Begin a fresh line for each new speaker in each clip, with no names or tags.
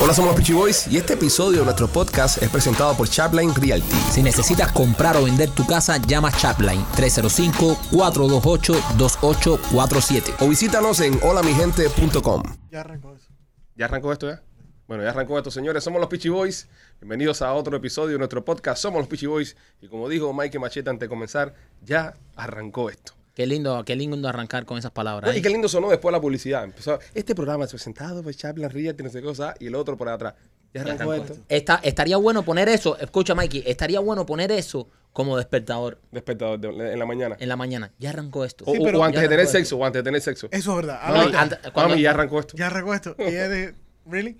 Hola, somos los Peachy Boys y este episodio de nuestro podcast es presentado por Chapline Realty.
Si necesitas comprar o vender tu casa, llama Chapline 305-428-2847.
O visítanos en holamigente.com.
Ya arrancó eso.
¿Ya arrancó esto ya? Bueno, ya arrancó esto, señores. Somos los Peachy Boys. Bienvenidos a otro episodio de nuestro podcast. Somos los Peachy Boys. Y como dijo Mike Machete antes de comenzar, ya arrancó esto.
Qué lindo, qué lindo arrancar con esas palabras.
Y
¿eh?
qué lindo sonó después la publicidad. Empezó, este programa es presentado por Chapline Realty, no sé qué cosa, y el otro por atrás. Ya arrancó, esto.
Está, estaría bueno poner eso, escucha Mikey, estaría bueno poner eso como despertador
Despertador de- en la mañana.
en la mañana. Ya arrancó esto.
O,
Sí,
o-
pero-
o antes
Ya
de tener
arrancó
sexo, o antes de tener sexo.
Eso es verdad.
No,
Ahorita.
antes- cuando-
Mami, ya arrancó esto.
ya arrancó esto. Y ella de- ¿Really?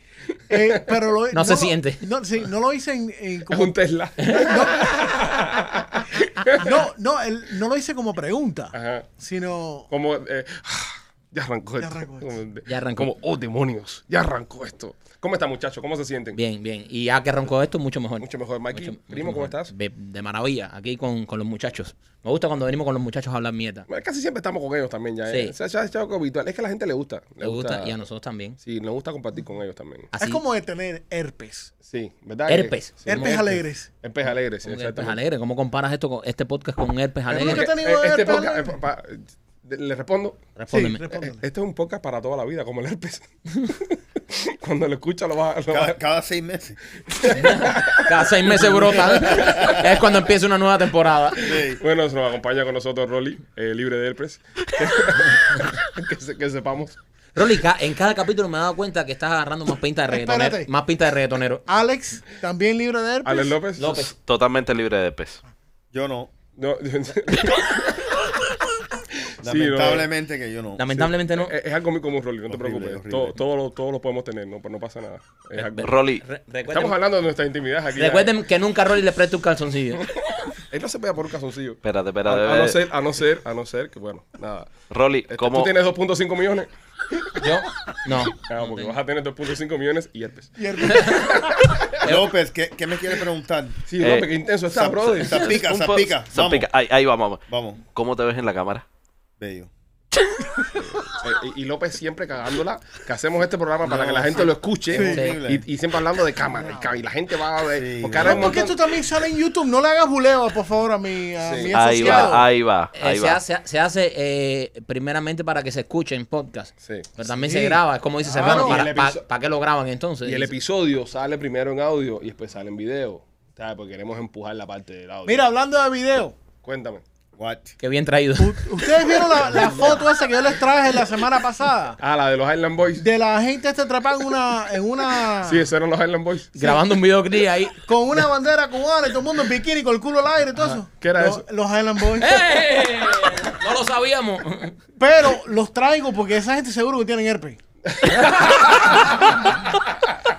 Eh, pero lo,
No se
lo-
siente.
No, sí, no lo hice en, en
Es
como,
un Tesla.
no, no, el- no lo hice como pregunta,
Ajá.
sino
Como, eh, ya arrancó
Ya
esto.
arrancó
como,
esto.
Ya arrancó.
como, oh demonios, ya arrancó esto. ¿Cómo están, muchachos? ¿Cómo se sienten?
Bien, bien. Y ya que arrancó esto, mucho mejor.
Mucho mejor, Mikey.
Mucho-
Primo,
mucho
¿cómo
mejor.
estás?
De, de maravilla, aquí con, con los muchachos. Me gusta cuando venimos con los muchachos a hablar mierda.
Bueno, Casi siempre estamos con ellos también ya. ¿eh?
Sí.
O sea, ya es algo habitual. Es que a la gente le gusta. Le
Me gusta y a Ah. nosotros también.
Sí, nos gusta compartir con ellos también.
Así,
es como de tener herpes.
Sí, ¿verdad? que-
herpes.
Sí.
herpes
Como-
alegres.
Herpes alegres, sí,
como que herpes
exactamente.
alegre. ¿Cómo comparas esto con este podcast con herpes
Yo nunca
alegre?
he tenido
Eh, Este
herpes
podcast,
alegres.
eh, pa- pa- le respondo.
Respóndeme.
Sí,
Eh,
respóndeme.
Este es un podcast para toda la vida, como el herpes. Cuando lo escuchas lo vas a... lo vas
Cada,
a-
cada seis meses.
Cada seis meses brota. es cuando empieza una nueva temporada.
Sí.
Bueno, se nos acompaña con nosotros Rolly, eh, libre de herpes. que, se- que sepamos.
Rolly, ca- en cada capítulo me he dado cuenta que estás agarrando más pinta de reggaetonero.
Espérate.
Más pinta de reggaetonero.
Ah,
Alex, también libre de herpes.
Alex López.
López.
Totalmente libre de pez.
Yo no.
No, sí, no,
Lamentablemente que yo no.
Lamentablemente no.
Es, es algo muy común, Rolly, no te
Horrible,
preocupes.
horrible.
Todo- todos los todos los podemos tener, no, no pasa nada. Es algo-
Rolly,
Re- recuerden,
eh, Estamos hablando de nuestras intimidades aquí. ya, ¿eh?
recuerden que nunca a Rolly le presta un calzoncillo.
Él no se pega por un calzoncillo.
espérate,
A, a Ah, no
espérate.
ser, a no ser, a no ser, que bueno, nada.
Rolly,
Este,
eh, ¿cómo?
¿Tú tienes 2.5 millones?
Yo, no.
Claro, porque vas a tener 2.5 millones y herpes.
Y herpes.
López, ¿qué, qué me quieres preguntar?
Sí,
Eh,
López, qué intenso está,
Zap-
brother.
Zapica,
Un po-
zapica.
Zapica.
Vamos.
Ahí, ahí vamos. vamos.
Vamos.
¿Cómo te ves en la cámara?
Bello.
Eh, y, y López siempre cagándola, que hacemos este programa para que la gente lo escuche.
Es
Sí.
horrible.
Y, y siempre hablando de cámara. y ca- Y la gente va a ver.
Sí,
porque ahora hay un
Porque esto
montón-
también sale en YouTube. No le hagas buleo, por favor, a mi, a
Sí.
mi
Ahí
asociado.
va, ahí va,
Eh,
ahí
se,
va.
hace, se hace, eh, primeramente para que se escuche en podcast.
Sí.
Pero también
Sí.
se graba, es como dice
Claro.
Serrano.
Y
¿Para,
el
pa-
episo-
¿para qué lo graban entonces?
Y el episodio sale primero en audio y después sale en video. ¿Sabes? Porque queremos empujar la parte del audio.
Mira, hablando de video.
Cuéntame.
What?
Qué bien traído.
U- ¿Ustedes vieron la, la foto esa que yo les traje la semana pasada?
Ah, la de los Island Boys.
De la gente este atrapada en una, en una
Sí, esos eran los Island Boys.
Grabando un videoclip ahí.
con una bandera cubana y todo el mundo en bikini con el culo al aire y todo eso.
¿Qué era
los,
eso?
Los Island Boys.
¡Eh! No lo sabíamos.
Pero los traigo porque esa gente seguro que tienen herpes.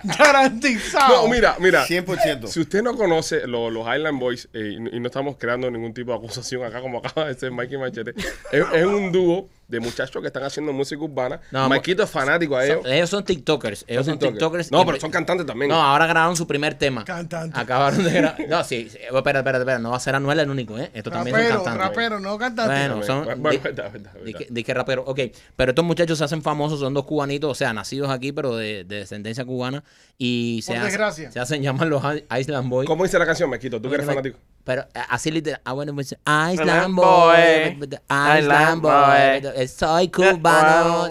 Garantizado.
No, mira, mira.
100%.
Si usted no conoce lo- los Island Boys, eh, y, y no estamos creando ningún tipo de acusación acá, como acaba de ser Mikey Machete, es, es un dúo de muchachos que están haciendo música urbana.
No,
Maikito es fanático a ellos.
Son- ellos son TikTokers. Ellos son TikTokers.
No,
Y-
pero son cantantes también.
No, ahora grabaron su primer tema.
Cantante.
Acabaron de grabar. No, sí. sí. Bueno, Espera, espera, espera. No va a ser Anuel el único, ¿eh? Esto también
Rapero,
son cantantes.
rapero, no cantante.
Bueno, son.
Bueno, bueno,
di-
verdad, verdad, verdad.
Dije, dije rapero, ok. Pero estos muchachos se hacen famosos, son dos cubanitos, o sea, nacidos aquí, pero de, de descendencia cubana. Y se,
Por
hacen-
desgracia.
se hacen llamar los I- Island Boys.
¿Cómo dice la canción, Maquito? Tú que eres fanático.
Pero eh, así literal. Ah, bueno, pues, Island
Island
Boy.
Boy.
Island
Island
Boy. Soy cubano.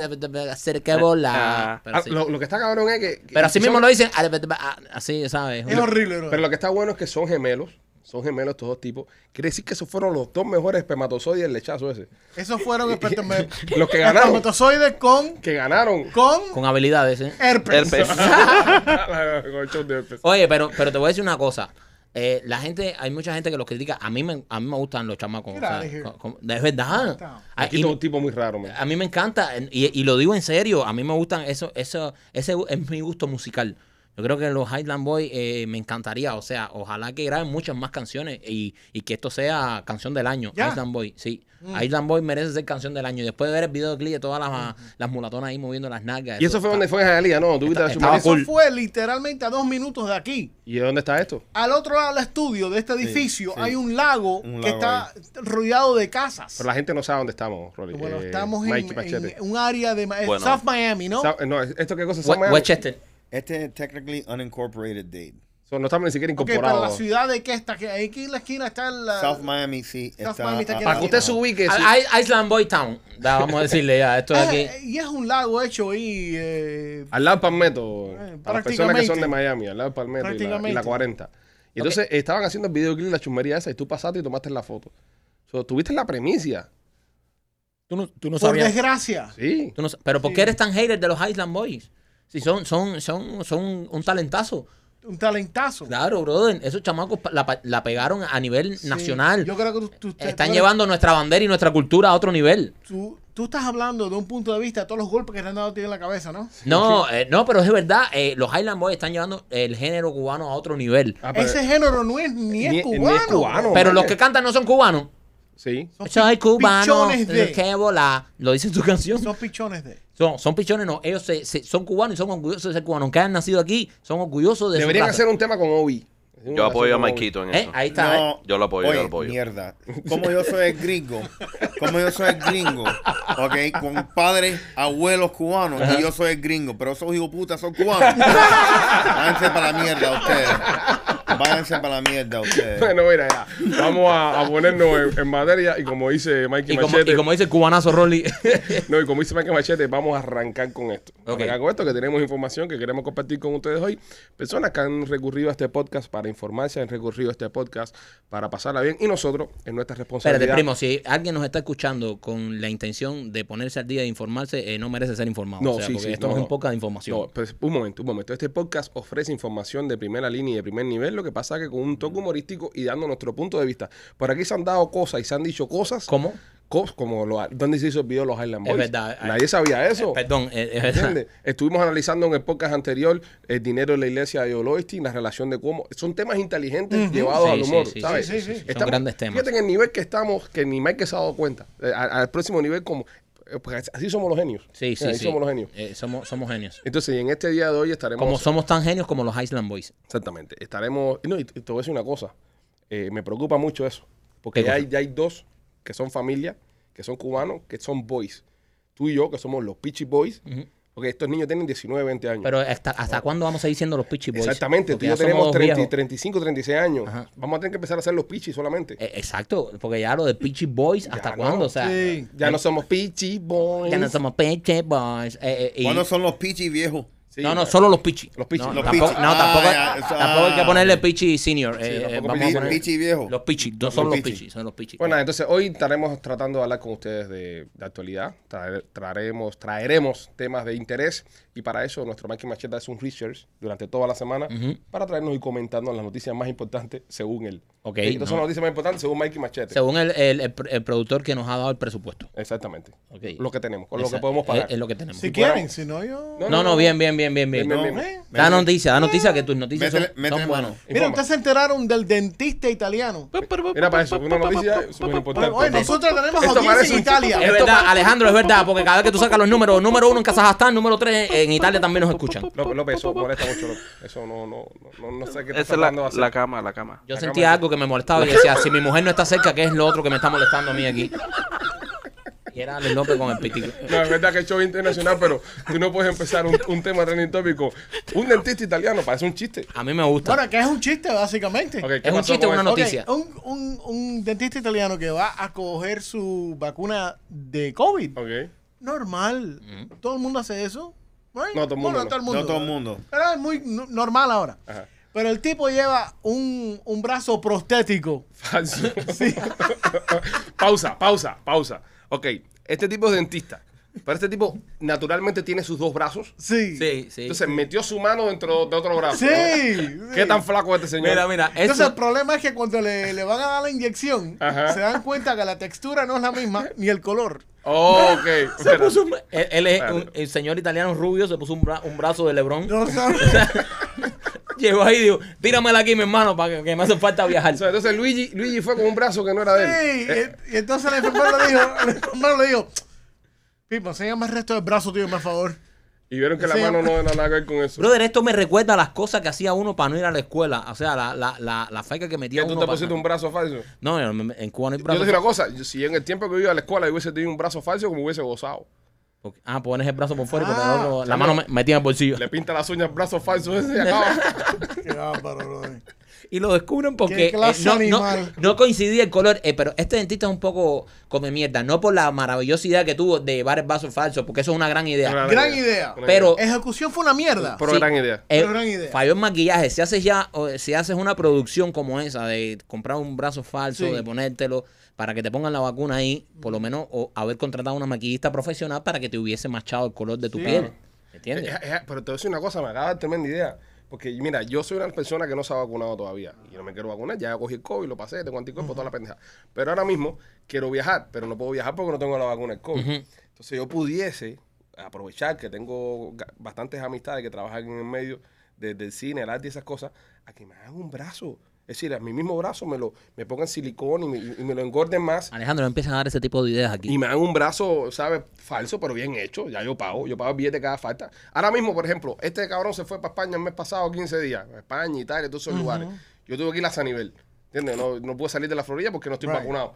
Hacer que volar.
Ah,
Pero
Ah,
sí.
lo, lo que está cabrón es que. que-
Pero así
son-
mismo lo dicen. ah, ah, Así, ¿sabes?
es horrible, bro.
Pero lo que está bueno es que son gemelos. Son gemelos estos dos tipos. Quiere decir que esos fueron los dos mejores espermatozoides del lechazo ese.
Esos fueron espermatozoides.
Los que ganaron.
Espermatozoides con,
Que ganaron.
con
Con habilidades, ¿eh?
herpes.
El pez.
Ah, Con el show de herpes.
Oye, pero, pero te voy a decir una cosa. Eh, la gente, hay mucha gente que los critica. A mí me, a mí me gustan los chamacos.
Get
o sea,
out of here.
co- como- es
Down.
verdad. Ah, y-
Maquito es un tipo muy raro, man.
a mí me encanta. en- Y, y lo digo en serio. A mí me gustan eso, eso, ese es mi gusto musical. Yo creo que los Highland Boys eh, me encantaría. O sea, ojalá que graben muchas más canciones y, y que esto sea canción del año.
Ya. Mm.
Island Boy, sí. Island Boy merece ser canción del año. Y después de ver el videoclip de todas las,
Mm.
las mulatonas ahí moviendo las nalgas.
Y eso fue
está-
donde fue en Jalía, ¿no? Tú viste la
Está-
chumadera.
estaba
Eso
cool.
fue literalmente a dos minutos de aquí.
¿Y dónde está esto?
Al otro lado del estudio de este edificio
sí.
hay un lago,
Un
que
lago
está rodeado de casas.
Pero la gente no sabe dónde estamos, Rolly.
Bueno,
Eh,
estamos en,
Mikey Machete.
en un área de Ma-
Bueno.
South Miami, ¿no?
Sa- eh, No, ¿esto qué cosa
We-
Miami?
Westchester.
Este es technically unincorporated date.
So, no estamos ni siquiera
Ok, pero la
incorporados.
ciudad de qué está, que aquí en la esquina está la...
South Miami, sí.
South
está
Miami está aquí en la
Para que usted se ubique. su-
I- I- Island Boy Town. Da, vamos a decirle ya, esto de
Ah,
aquí.
eh, y es un lago hecho ahí. eh,
Al lado del Palmetto,
Eh,
para las personas que son
prácticamente.
de Miami, al lado del Palmetto y la- y la,
Prácticamente.
40. Y entonces estaban haciendo el videoclip de la chumería esa y tú pasaste y tomaste la foto. So, tuviste la premicia.
Tú no, tú no
por
sabías.
desgracia.
Sí.
Tú no sa- pero ¿por qué eres tan hater de los Island Boys? Si son, son, son, son un talentazo.
Un talentazo.
Claro, brother. Esos chamacos pa- la, pa- la pegaron a nivel
Sí,
nacional.
Yo creo que tú, tú- tú
Están
eres-
llevando nuestra bandera y nuestra cultura a otro nivel.
Tú, tú estás hablando de un punto de vista de todos los golpes que te han dado a ti en la cabeza, ¿no?
No, eh, no, pero es verdad. eh, los Island Boys están llevando el género cubano a otro nivel.
Ah, pero-
Ese género no es ni
Ni-
es
ni es
cubano.
cubano.
pero los
vale.
que cantan no son cubanos.
Sí.
Son
Soy
pi-
cubano.
pichones de-
Qué bola. Lo dice en tu canción.
Son pichones de.
Son, son pichones, no. Ellos se- se- son cubanos y son orgullosos de ser cubanos. Aunque hayan nacido aquí, son orgullosos de
Deberían
su raza.
hacer un tema con Obi.
Yo apoyo a
Con Obi.
Maikito en
¿Eh?
eso.
Ahí está. ¿eh?
Yo lo apoyo, yo
Oye,
lo apoyo.
mierda. Como yo soy el gringo, como yo soy el gringo, ok, con padres, abuelos cubanos, y yo soy el gringo, pero esos hijos putas son cubanos. Váyanse para la mierda ustedes. Váyanse para la mierda ustedes.
Bueno, mira, ya. Vamos a, a ponernos en, en materia y como dice Mikey
Y como,
Machete,
y como dice el cubanazo Rolly.
no, y como dice Mikey Machete, vamos a arrancar con esto.
Ok.
Arrancar con esto que tenemos información que queremos compartir con ustedes hoy. Personas que han recurrido a este podcast para informarse, han recurrido a este podcast para pasarla bien y nosotros en nuestra responsabilidad.
Espérate, primo, si alguien nos está escuchando con la intención de ponerse al día de informarse, eh, no merece ser informado.
No,
o sea,
sí,
porque
sí,
esto
no,
no es
no.
un poco de información.
No, pero es- un momento, un momento. Este podcast ofrece información de primera línea y de primer nivel, lo que pasa que con un toque humorístico y dando nuestro punto de vista. Por aquí se han dado cosas y se han dicho cosas
¿Cómo?
co- como lo, donde se hizo el video de los Island
Es
Boys.
verdad.
Nadie sabía eso.
Perdón, eh, es verdad.
¿Entiendes? Estuvimos analizando en el podcast anterior el dinero de la iglesia de Oloistin, la relación de cómo. Son temas inteligentes llevados
Sí,
al humor,
sí, sí,
¿sabes?
sí, sí, sí, sí.
Son grandes temas.
Fíjate que el nivel que estamos, que ni Mike se ha dado cuenta. Eh, al, al próximo nivel, como. eh, porque así somos los genios.
Sí, sí,
Así
sí.
somos los genios.
Eh, somos, somos genios.
Entonces, y en este día de hoy estaremos.
Como somos tan genios como los Island Boys.
Exactamente. Estaremos. No, y te te voy a decir una cosa. Eh, me preocupa mucho eso. Porque
¿Qué
ya
cosa?
hay, ya hay dos que son familia, que son cubanos, que son boys. Tú y yo, que somos los Pichi Boys. Porque estos niños tienen 19, 20 años.
Pero hasta, ¿hasta cuándo vamos a seguir siendo los Pitchy Boys?
Mm. Exactamente.
Porque
Tú y yo
ya somos
tenemos
dos
30,
viejos.
35, 36 años.
Ajá.
Vamos a tener que empezar a hacer los Pichi solamente.
Eh, exacto, porque ya lo de Pitchy Boys, ¿hasta
no.
cuándo? O sea, eh,
Sí.
ya no somos Pichi Boys.
ya no somos Pitchy Boys. eh, eh, y-
¿Cuándo son los pichis viejos?
Sí,
no, no,
bueno.
solo los Pichi.
Los Pichi.
No,
Los
tampoco,
Pichi.
no,
Ah,
tampoco,
ya, eso,
tampoco hay que
ah.
ponerle Pichi Senior. eh,
tampoco
eh, vamos a
Pichi-
poner-
Pichi viejo.
Los Pichi, no son
Los
los,
Pichi.
Pichi, son los Pichi.
Bueno, nada, entonces hoy estaremos tratando de hablar con ustedes de, de actualidad, traer- traeremos, traeremos temas de interés y para eso nuestro Mikey Macheta hace un research durante toda la semana para traernos y comentarnos las noticias más importantes según él.
Ok,
Entonces son
no.
las noticias más importantes según Mikey Machete.
Según el, el- el pr- el productor que nos ha dado el presupuesto.
Exactamente.
Ok.
Lo que tenemos, con lo
Esa-
que podemos pagar.
Es, es lo que tenemos.
Si
Si fuera-
quieren, si no yo...
No,
no, no,
no,
bien, bien, bien, bien, bien.
Bien, bien,
No.
bien.
Da noticia, da noticia que tus noticias son,
Métele- métele
son
mano.
buenas.
Mira,
Informa.
ustedes se enteraron del dentista italiano.
Era para eso, una noticia súper importante.
Oye, nosotros tenemos
Esto
audiencia
parece
en
un-
Italia.
Es verdad, Alejandro, es verdad, porque cada vez que tú sacas los números, número uno en Kazajstán, número tres en Italia también nos escuchan.
López, López, eso molesta mucho. López. Eso no, no, no, no sé qué está
Esa es la,
tratando de hacer.
la cama, la cama.
Yo
La
sentía
cámara.
algo que me molestaba y decía, si mi mujer no está cerca, ¿qué es lo otro que me está molestando a mí aquí? Y era Alex López con el pitico.
No, es verdad que el show es internacional, pero tú no puedes empezar un, un tema trending tópico. Un dentista italiano parece un chiste.
A mí me gusta.
Bueno, que es un chiste, básicamente.
Ok, ¿qué
Es un
pasó
chiste,
con
una
eso?
no- noticia.
Ok, un, un- un dentista italiano que va a coger su vacuna de COVID.
Ok.
Normal. Todo el mundo hace eso. Right?
No, todo el mundo
Bueno,
no.
No todo el mundo.
Pero es muy no- normal ahora.
Ajá.
Pero el tipo lleva un, un brazo prostético.
Falso. pausa, pausa, pausa. Ok, este tipo es dentista. Pero este tipo naturalmente tiene sus dos brazos.
Sí.
Sí, sí.
Entonces metió su mano dentro de otro brazo.
Sí,
¿Qué
sí.
tan flaco es este señor?
Mira, mira,
Entonces
eso...
el problema es que cuando le, le van a dar la inyección,
Ajá.
se dan cuenta que la textura no es la misma ni el color.
Ok. espera.
Él, él es un- el señor italiano rubio, se puso un, bra- un brazo de Lebron.
No saben.
Llegó ahí y dijo, tíramela aquí, mi hermano, para que, que me hace falta viajar.
O sea, Entonces Luigi, Luigi fue con un brazo que no era de
Sí,
él. Eh,
y, y entonces el enfermero le dijo, el enfermero le dijo, Pipo, enséñame el resto del brazo, tío, por favor.
y vieron que la
sí.
mano no era nada que ver con eso.
Brother, esto me recuerda a las cosas que hacía uno para no ir a la escuela. O sea, la, la, la, la feca que
¿Qué
metía
tú
uno
te
para-
pusiste un brazo falso?
No, en en Cuba no hay
Yo te
brazo.
digo una cosa, yo- si en el tiempo que yo iba a la escuela yo hubiese tenido un brazo falso, como hubiese gozado.
Ok. Ah, pones el brazo por fuera y con el
Ah.
otro- la mano me- metida en el bolsillo.
Le pinta las uñas, brazos falsos ese y acaba.
Qué bárbaro, brother.
Y lo descubren porque
Qué clase
eh, no, no-
animal.
no coincidía el color. eh, pero este dentista es un poco come mierda. No por la maravillosidad que tuvo de llevar el vaso falso, porque eso es una gran idea.
Una
Gran idea.
Una
Pero-
Ejecución fue una mierda.
Pero
Sí.
gran idea.
Eh,
Pero gran idea.
Falló en maquillaje. Si haces ya, o si haces una producción como esa, de comprar un brazo falso,
Sí. Mm.
de ponértelo, para que te pongan la vacuna ahí, por lo menos, o haber contratado a una maquillista profesional para que te hubiese machado el color de tu
Sí.
piel.
Claro.
¿Entiendes?
Eh, eh, pero te voy a decir una cosa, me acaba de dar tremenda idea. Porque mira, yo soy una persona que no se ha vacunado todavía. Y no me quiero vacunar, ya cogí el COVID, lo pasé, tengo anticuerpos, toda la pendeja. Pero ahora mismo quiero viajar, pero no puedo viajar porque no tengo la vacuna del COVID. Entonces yo pudiese aprovechar que tengo ga- bastantes amistades que trabajan en el medio de- del cine, el arte y esas cosas, a que me hagan un brazo. Es decir, a mi mismo brazo me lo me pongan silicón y me, y me lo engorden más.
Alejandro, no empiezas a dar ese tipo de ideas aquí.
Y me dan un brazo, ¿sabes? Falso, pero bien hecho. Ya yo pago. Yo pago el billete cada falta. Ahora mismo, por ejemplo, este cabrón se fue para España el mes pasado, 15 días. España, Italia, todos esos lugares. Yo tuve que ir a San Nivel. ¿Entiendes? No, no pude salir de la Florida porque no estoy
Right.
vacunado.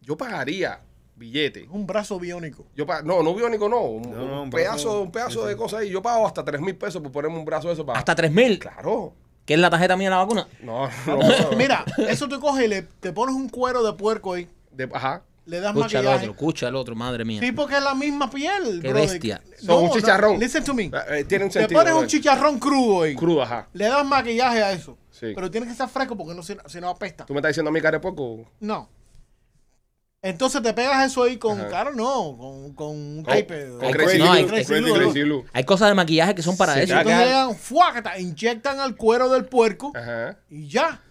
Yo pagaría billete.
Un brazo biónico.
Yo pa- no, no biónico, no. Un,
No, no,
un
un brazo-
pedazo, un pedazo de cosa ahí. Yo pago hasta 3 mil pesos por ponerme un brazo de eso para.
Hasta 3000,
Claro.
que es la tarjeta mía de la vacuna.
No, no. no.
Mira, eso tú coges y le, te pones un cuero de puerco ahí.
De- ajá.
Le das
Escucha al
maquillaje.
otro, escucha al otro, madre mía.
Sí, porque es la misma piel.
Qué
brother.
bestia.
Son un chicharrón.
listen to me.
Eh, eh, tiene un
Te
sentido.
pones un
¿no?
chicharrón crudo ahí.
Crudo, ajá.
Le das maquillaje a eso.
Sí.
Pero tiene que estar fresco porque no, si, no- si no apesta.
¿Tú me estás diciendo a mí, carepoco?
No. Entonces te pegas eso ahí con,
Ajá.
claro, no, con, con un
Con-
tape.
con
Hay,
Crazy
co-
Blue,
no, hay,
Crazy
hay-
Blue, ¿no?
Crazy Blue.
hay cosas de maquillaje que son para
Sí,
eso.
claro.
Entonces llegan, fuácata, inyectan al cuero del puerco
Ajá.
y ya.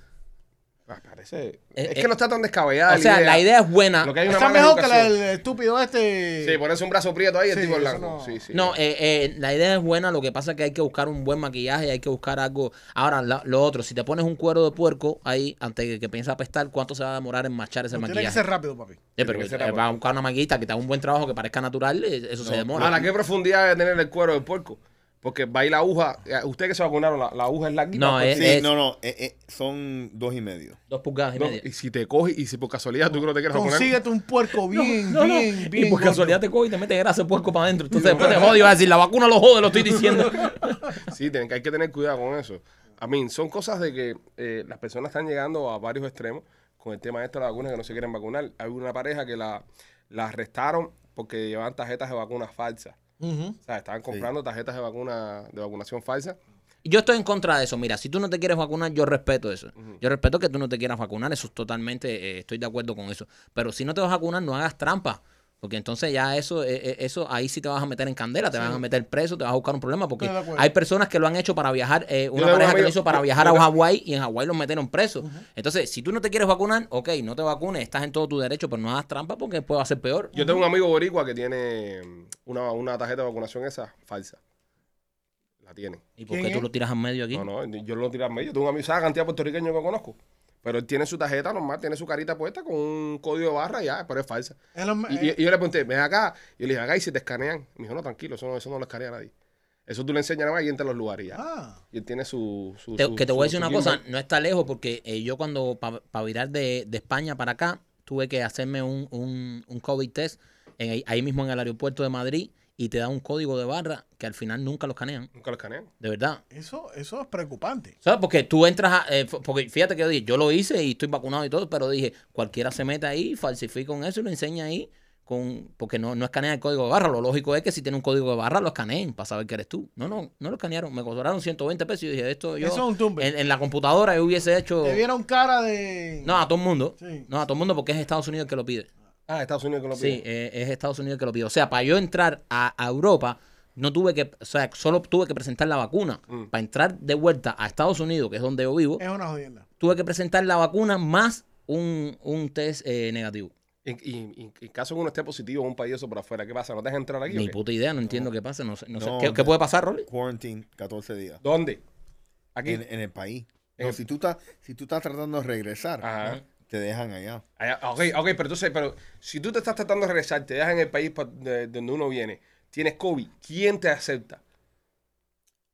Ah, parece.
Eh,
es
eh,
que no está tan descabellada.
O sea, la idea es buena.
Lo que hay es una
Está
mala
mejor que la
educación.
del estúpido este.
Sí, ponerse un brazo prieto ahí, el
Sí,
tipo
eso
blanco.
no.
Sí, sí.
No, eh, eh, la idea es buena, lo que pasa es que hay que buscar un buen maquillaje, hay que buscar algo. Ahora, la- lo otro, si te pones un cuero de puerco ahí, antes que, que piensa apestar, ¿cuánto se va a demorar en machar ese
No,
Pues
tiene que
maquillaje?
ser rápido, papi.
Eh, pero
tiene que ser
eh,
rápido.
va a buscar una maquillista que te haga un buen trabajo, que parezca natural, eh, eso se demora.
Ahora, ¿qué profundidad debe tener el cuero del puerco? Porque va ahí la aguja. eh, Ustedes que se vacunaron, la, la aguja es larguita.
No,
pues,
es-
Sí,
es-
no, no, eh, eh, son dos y medio.
Dos pulgadas y
no,
media.
y si te coge y si por casualidad tú que no te quieres vacunar.
Consíguete un puerco bien,
No, no,
bien, bien.
y por
gordo.
casualidad te coge y te mete grasa el puerco para adentro. Entonces después te jode y vas a decir, la vacuna lo jode, lo estoy diciendo.
Sí, tienen que- hay que tener cuidado con eso. A mí, son cosas de que eh, las personas están llegando a varios extremos con el tema este de las vacunas que no se quieren vacunar. Hay una pareja que la, la arrestaron porque llevaban tarjetas de vacunas falsas.
Ujú.
O sea, estaban comprando tarjetas de vacuna de vacunación falsa.
Yo estoy en contra de eso. Mira, si tú no te quieres vacunar, yo respeto eso. Yo respeto que tú no te quieras vacunar. Eso es totalmente, eh, estoy de acuerdo con eso. Pero si no te vas a vacunar, no hagas trampa. Porque entonces ya eso, eh, eh, eso ahí sí te vas a meter en candela, te vas a meter preso, te vas a buscar un problema. Porque
Estoy de acuerdo.
hay personas que lo han hecho para viajar, eh, una
tengo un
pareja que
amigo-
lo hizo para
yo-
viajar
yo
a
te-
Hawái y en Hawái los metieron presos. Entonces, si tú no te quieres vacunar, ok, no te vacunes, estás en todo tu derecho, pero no hagas trampa porque puede hacer peor.
Yo tengo un amigo boricua que tiene mm, una, una tarjeta de vacunación esa falsa. La tiene.
¿Y por
¿Quién
qué tú
es?
lo tiras al medio aquí?
No, no, yo lo tiré al medio. Tengo un amigo, ¿sabes la cantidad de puertorriqueños que conozco? Pero él tiene su tarjeta normal, tiene su carita puesta con un código de barra y ya, pero es falsa.
Es lo-
Y, y- y yo le pregunté, ven acá. Y yo le dije, acá y si te escanean. Me dijo, no, tranquilo, eso no, eso no lo escanea nadie. Eso tú le enseñas nada más y entra a los lugares y ya.
Ah.
Y él tiene su... su-
Te-
su-
que te
su-
voy a decir
su
una
gimbal.
cosa, no está lejos porque eh, yo cuando para virar de, de España para acá tuve que hacerme un, un, un COVID test en ahí- ahí mismo en el aeropuerto de Madrid y te da un código de barra que al final nunca los canean,
Nunca lo escanean.
de verdad.
Eso, eso es preocupante.
¿Sabes? Porque tú entras a, eh, f- porque fíjate que yo dije, yo lo hice y estoy vacunado y todo, pero dije, cualquiera se mete ahí, falsifica con eso y lo enseña ahí con porque no, no escanean el código de barra. Lo lógico es que si tiene un código de barra lo escaneen para saber que eres tú. No, no, no lo escanearon. Me cobraron 120 pesos y dije, esto yo
Eso es un tumbe.
en, en la computadora yo hubiese hecho
Te vieron cara de.
no, a todo el mundo.
Sí.
No, a todo el mundo porque es Estados Unidos el que lo pide.
Ah, Estados Unidos que lo
Sí,
pide.
eh, es Estados Unidos el que lo pide. O sea, para yo entrar a, a Europa, no tuve que, o sea, solo tuve que presentar la vacuna. Para entrar de vuelta a Estados Unidos, que es donde yo vivo,
Es una jodienda.
tuve que presentar la vacuna más un, un test eh, negativo.
Y, y- y- y en caso que uno esté positivo en un país eso por afuera, ¿qué pasa? ¿No te dejan entrar aquí? o
Ni
qué?
puta idea, no entiendo qué pasa. No sé, no sé.
No,
¿Qué,
no.
qué puede pasar, Rolly?
Quarantine, 14 días.
¿Dónde? Aquí.
En, en el país.
En
No,
el-
si, tú estás, si tú estás tratando de regresar,
Ajá.
te dejan allá.
Allá- ok, ok, pero entonces, pero si tú te estás tratando de regresar, te dejas en el país pa- de- donde uno viene, tienes COVID, ¿quién te acepta?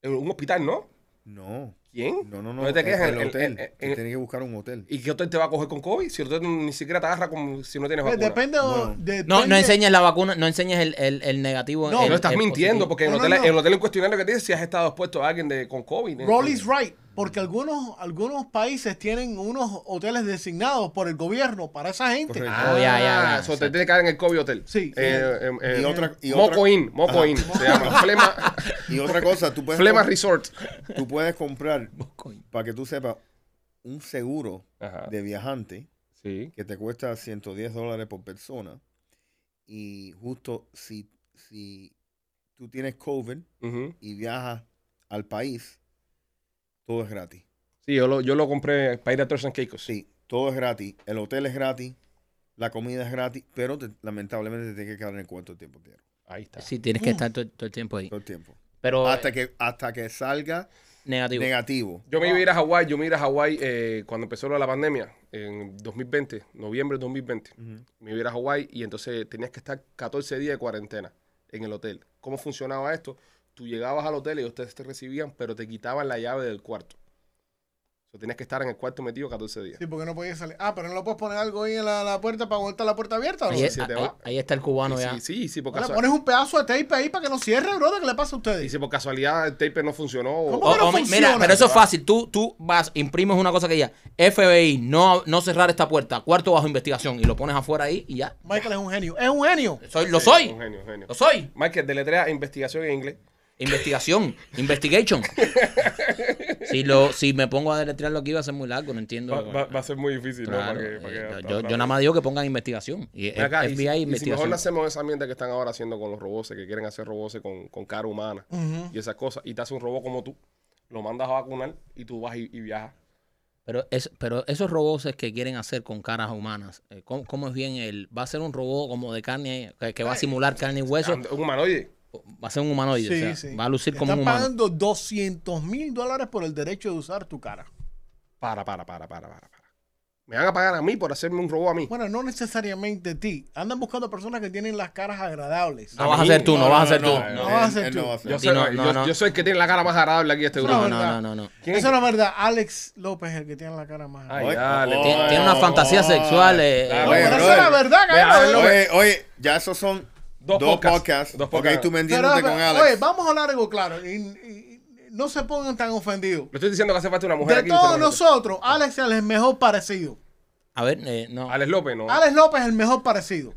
En un hospital, ¿no?
No.
¿Quién?
No, no, no.
¿Dónde te quejas?
El,
En- en-
hotel.
en-
Tú
en-
tienes que buscar un hotel.
¿Y qué hotel te va a coger con COVID? Si el hotel ni siquiera te agarra con, si no tienes
Pues
vacuna.
depende, o-
Bueno.
depende-
No, no enseñes la vacuna, no enseñes el, el- el negativo.
No,
el-
No estás
el
mintiendo,
positivo.
porque en
No,
el
no,
hotel,
no.
el hotel en cuestionario que te dice si has estado expuesto a alguien de, con COVID.
Roll is right, porque algunos, algunos países tienen unos hoteles designados por el gobierno para esa gente.
Correcto.
Ah,
Oh, ya, ya, ya,
so te
exacto.
tiene que caer en el COVID hotel.
Sí.
Eh, eh, eh,
Y otra- y otra-
Moco In, Moco
Ajá. Pues,
In, se llama. Flema,
Y otra cosa, tú puedes,
Flema
comp-
Resort.
tú puedes comprar,
Coño.
para que tú sepas, un seguro
Ajá.
de viajante
Sí.
que te cuesta 110 dólares por persona. Y justo si, si tú tienes COVID
Ujú.
y viajas al país, todo es gratis.
Sí, yo lo, yo lo compré para ir a Thursday Caicos.
Sí, todo es gratis. El hotel es gratis. La comida es gratis, pero te- lamentablemente te tienes que quedar en el cuarto el tiempo entero.
Ahí está.
Sí, tienes que estar todo, todo el tiempo ahí.
Todo el tiempo.
Pero
Hasta
eh,
que, hasta que salga
negativo.
negativo.
Yo me iba a ir a Hawái, yo me iba a ir a Hawái eh, cuando empezó lo de la pandemia, en 2020, noviembre de 2020.
Ujú.
Me iba a ir a Hawái y entonces tenías que estar 14 días de cuarentena en el hotel. ¿Cómo funcionaba esto? Tú llegabas al hotel y ustedes te recibían, pero te quitaban la llave del cuarto. O sea, tenías que estar en el cuarto metido 14 días.
Sí, porque no podía salir. Ah, pero no lo puedes poner algo ahí en la, la puerta para aguantar la puerta abierta. bro?
ahí,
se te
ahí-
va.
ahí está el cubano ya.
Sí, sí, sí, por,
Ahora
casual-
pones un pedazo de tape ahí para que no cierre, brother. ¿Qué le pasa
y
a ustedes?
si por casualidad el tape no funcionó. o- Eh,
¿Cómo?
O-
Pero
o mi-
funciona.
Oh, mira, pero eso es fácil. Tú, tú vas, imprimes una cosa que ya, FBI, no, no cerrar esta puerta, cuarto bajo investigación, y lo pones afuera ahí y ya.
Michael es un genio. Es un genio.
Soy, lo
Sí,
soy.
Un genio, un genio.
Lo soy.
Michael, deletrea investigación en inglés.
Investigación. Investigation. si, lo, si me pongo a deletrearlo aquí va a ser muy largo, no entiendo.
Va, va- va a ser muy difícil, ¿no?
Claro,
Para que- para que-
eh,
para-
yo,
para-
yo nada más digo que pongan investigación. Y, eh,
Ven acá, y-
FBI
y, si mejor
investigación.
no hacemos esa mierda que están ahora haciendo con los robots, que quieren hacer robots con, con cara humana
Ujú.
y esas cosas, y te hace un robot como tú, lo mandas a vacunar y tú vas y, y viajas.
Pero, es, pero esos robots que quieren hacer con caras humanas, eh, ¿cómo, cómo es bien el? ¿Va a ser un robot como de carne, que, que va a simular carne y hueso?
And- Un humanoide.
Va a ser un humanoide, o sea, va a lucir como
Están
un humano.
pagando 200 mil dólares por el derecho de usar tu cara.
Para, para, para, para, para, para. Me van a pagar a mí por hacerme un robot a mí.
Bueno, no necesariamente a ti. Andan buscando personas que tienen las caras agradables.
Ah,
No vas a ser tú, no,
No,
vas a ser tú.
no,
no.
él-
vas a ser
él
tú.
no va a ser.
yo,
sí,
soy,
no, no,
yo-
no.
yo soy el que tiene la cara más agradable aquí de este
No,
grupo.
No, no, no, no.
¿Quién? Ah,
Eso no es verdad. Alex López es el que tiene la cara más
Ay,
Oye,
dale.
oye,
Tiene, tiene una
oye,
fantasía
oye.
sexual. eh, eh,
Claro.
Oye,
Oye,
pero
brother.
eso es la verdad,
Ve a
cabrón.
verlo.
Oye, oye, ya esos son
Dos
dos,
podcasts.
podcasts.
Dos
Ok,
podcasts.
tú me
Pero,
entiendes con Alex.
oye, vamos a hablar algo claro. Y, y- y no se pongan tan ofendidos.
Le estoy diciendo que hace falta una mujer
De
aquí. este usted
todos
no me dice.
nosotros, Alex es el mejor parecido.
A ver, eh, no.
Alex López, no.
Alex López es el mejor parecido.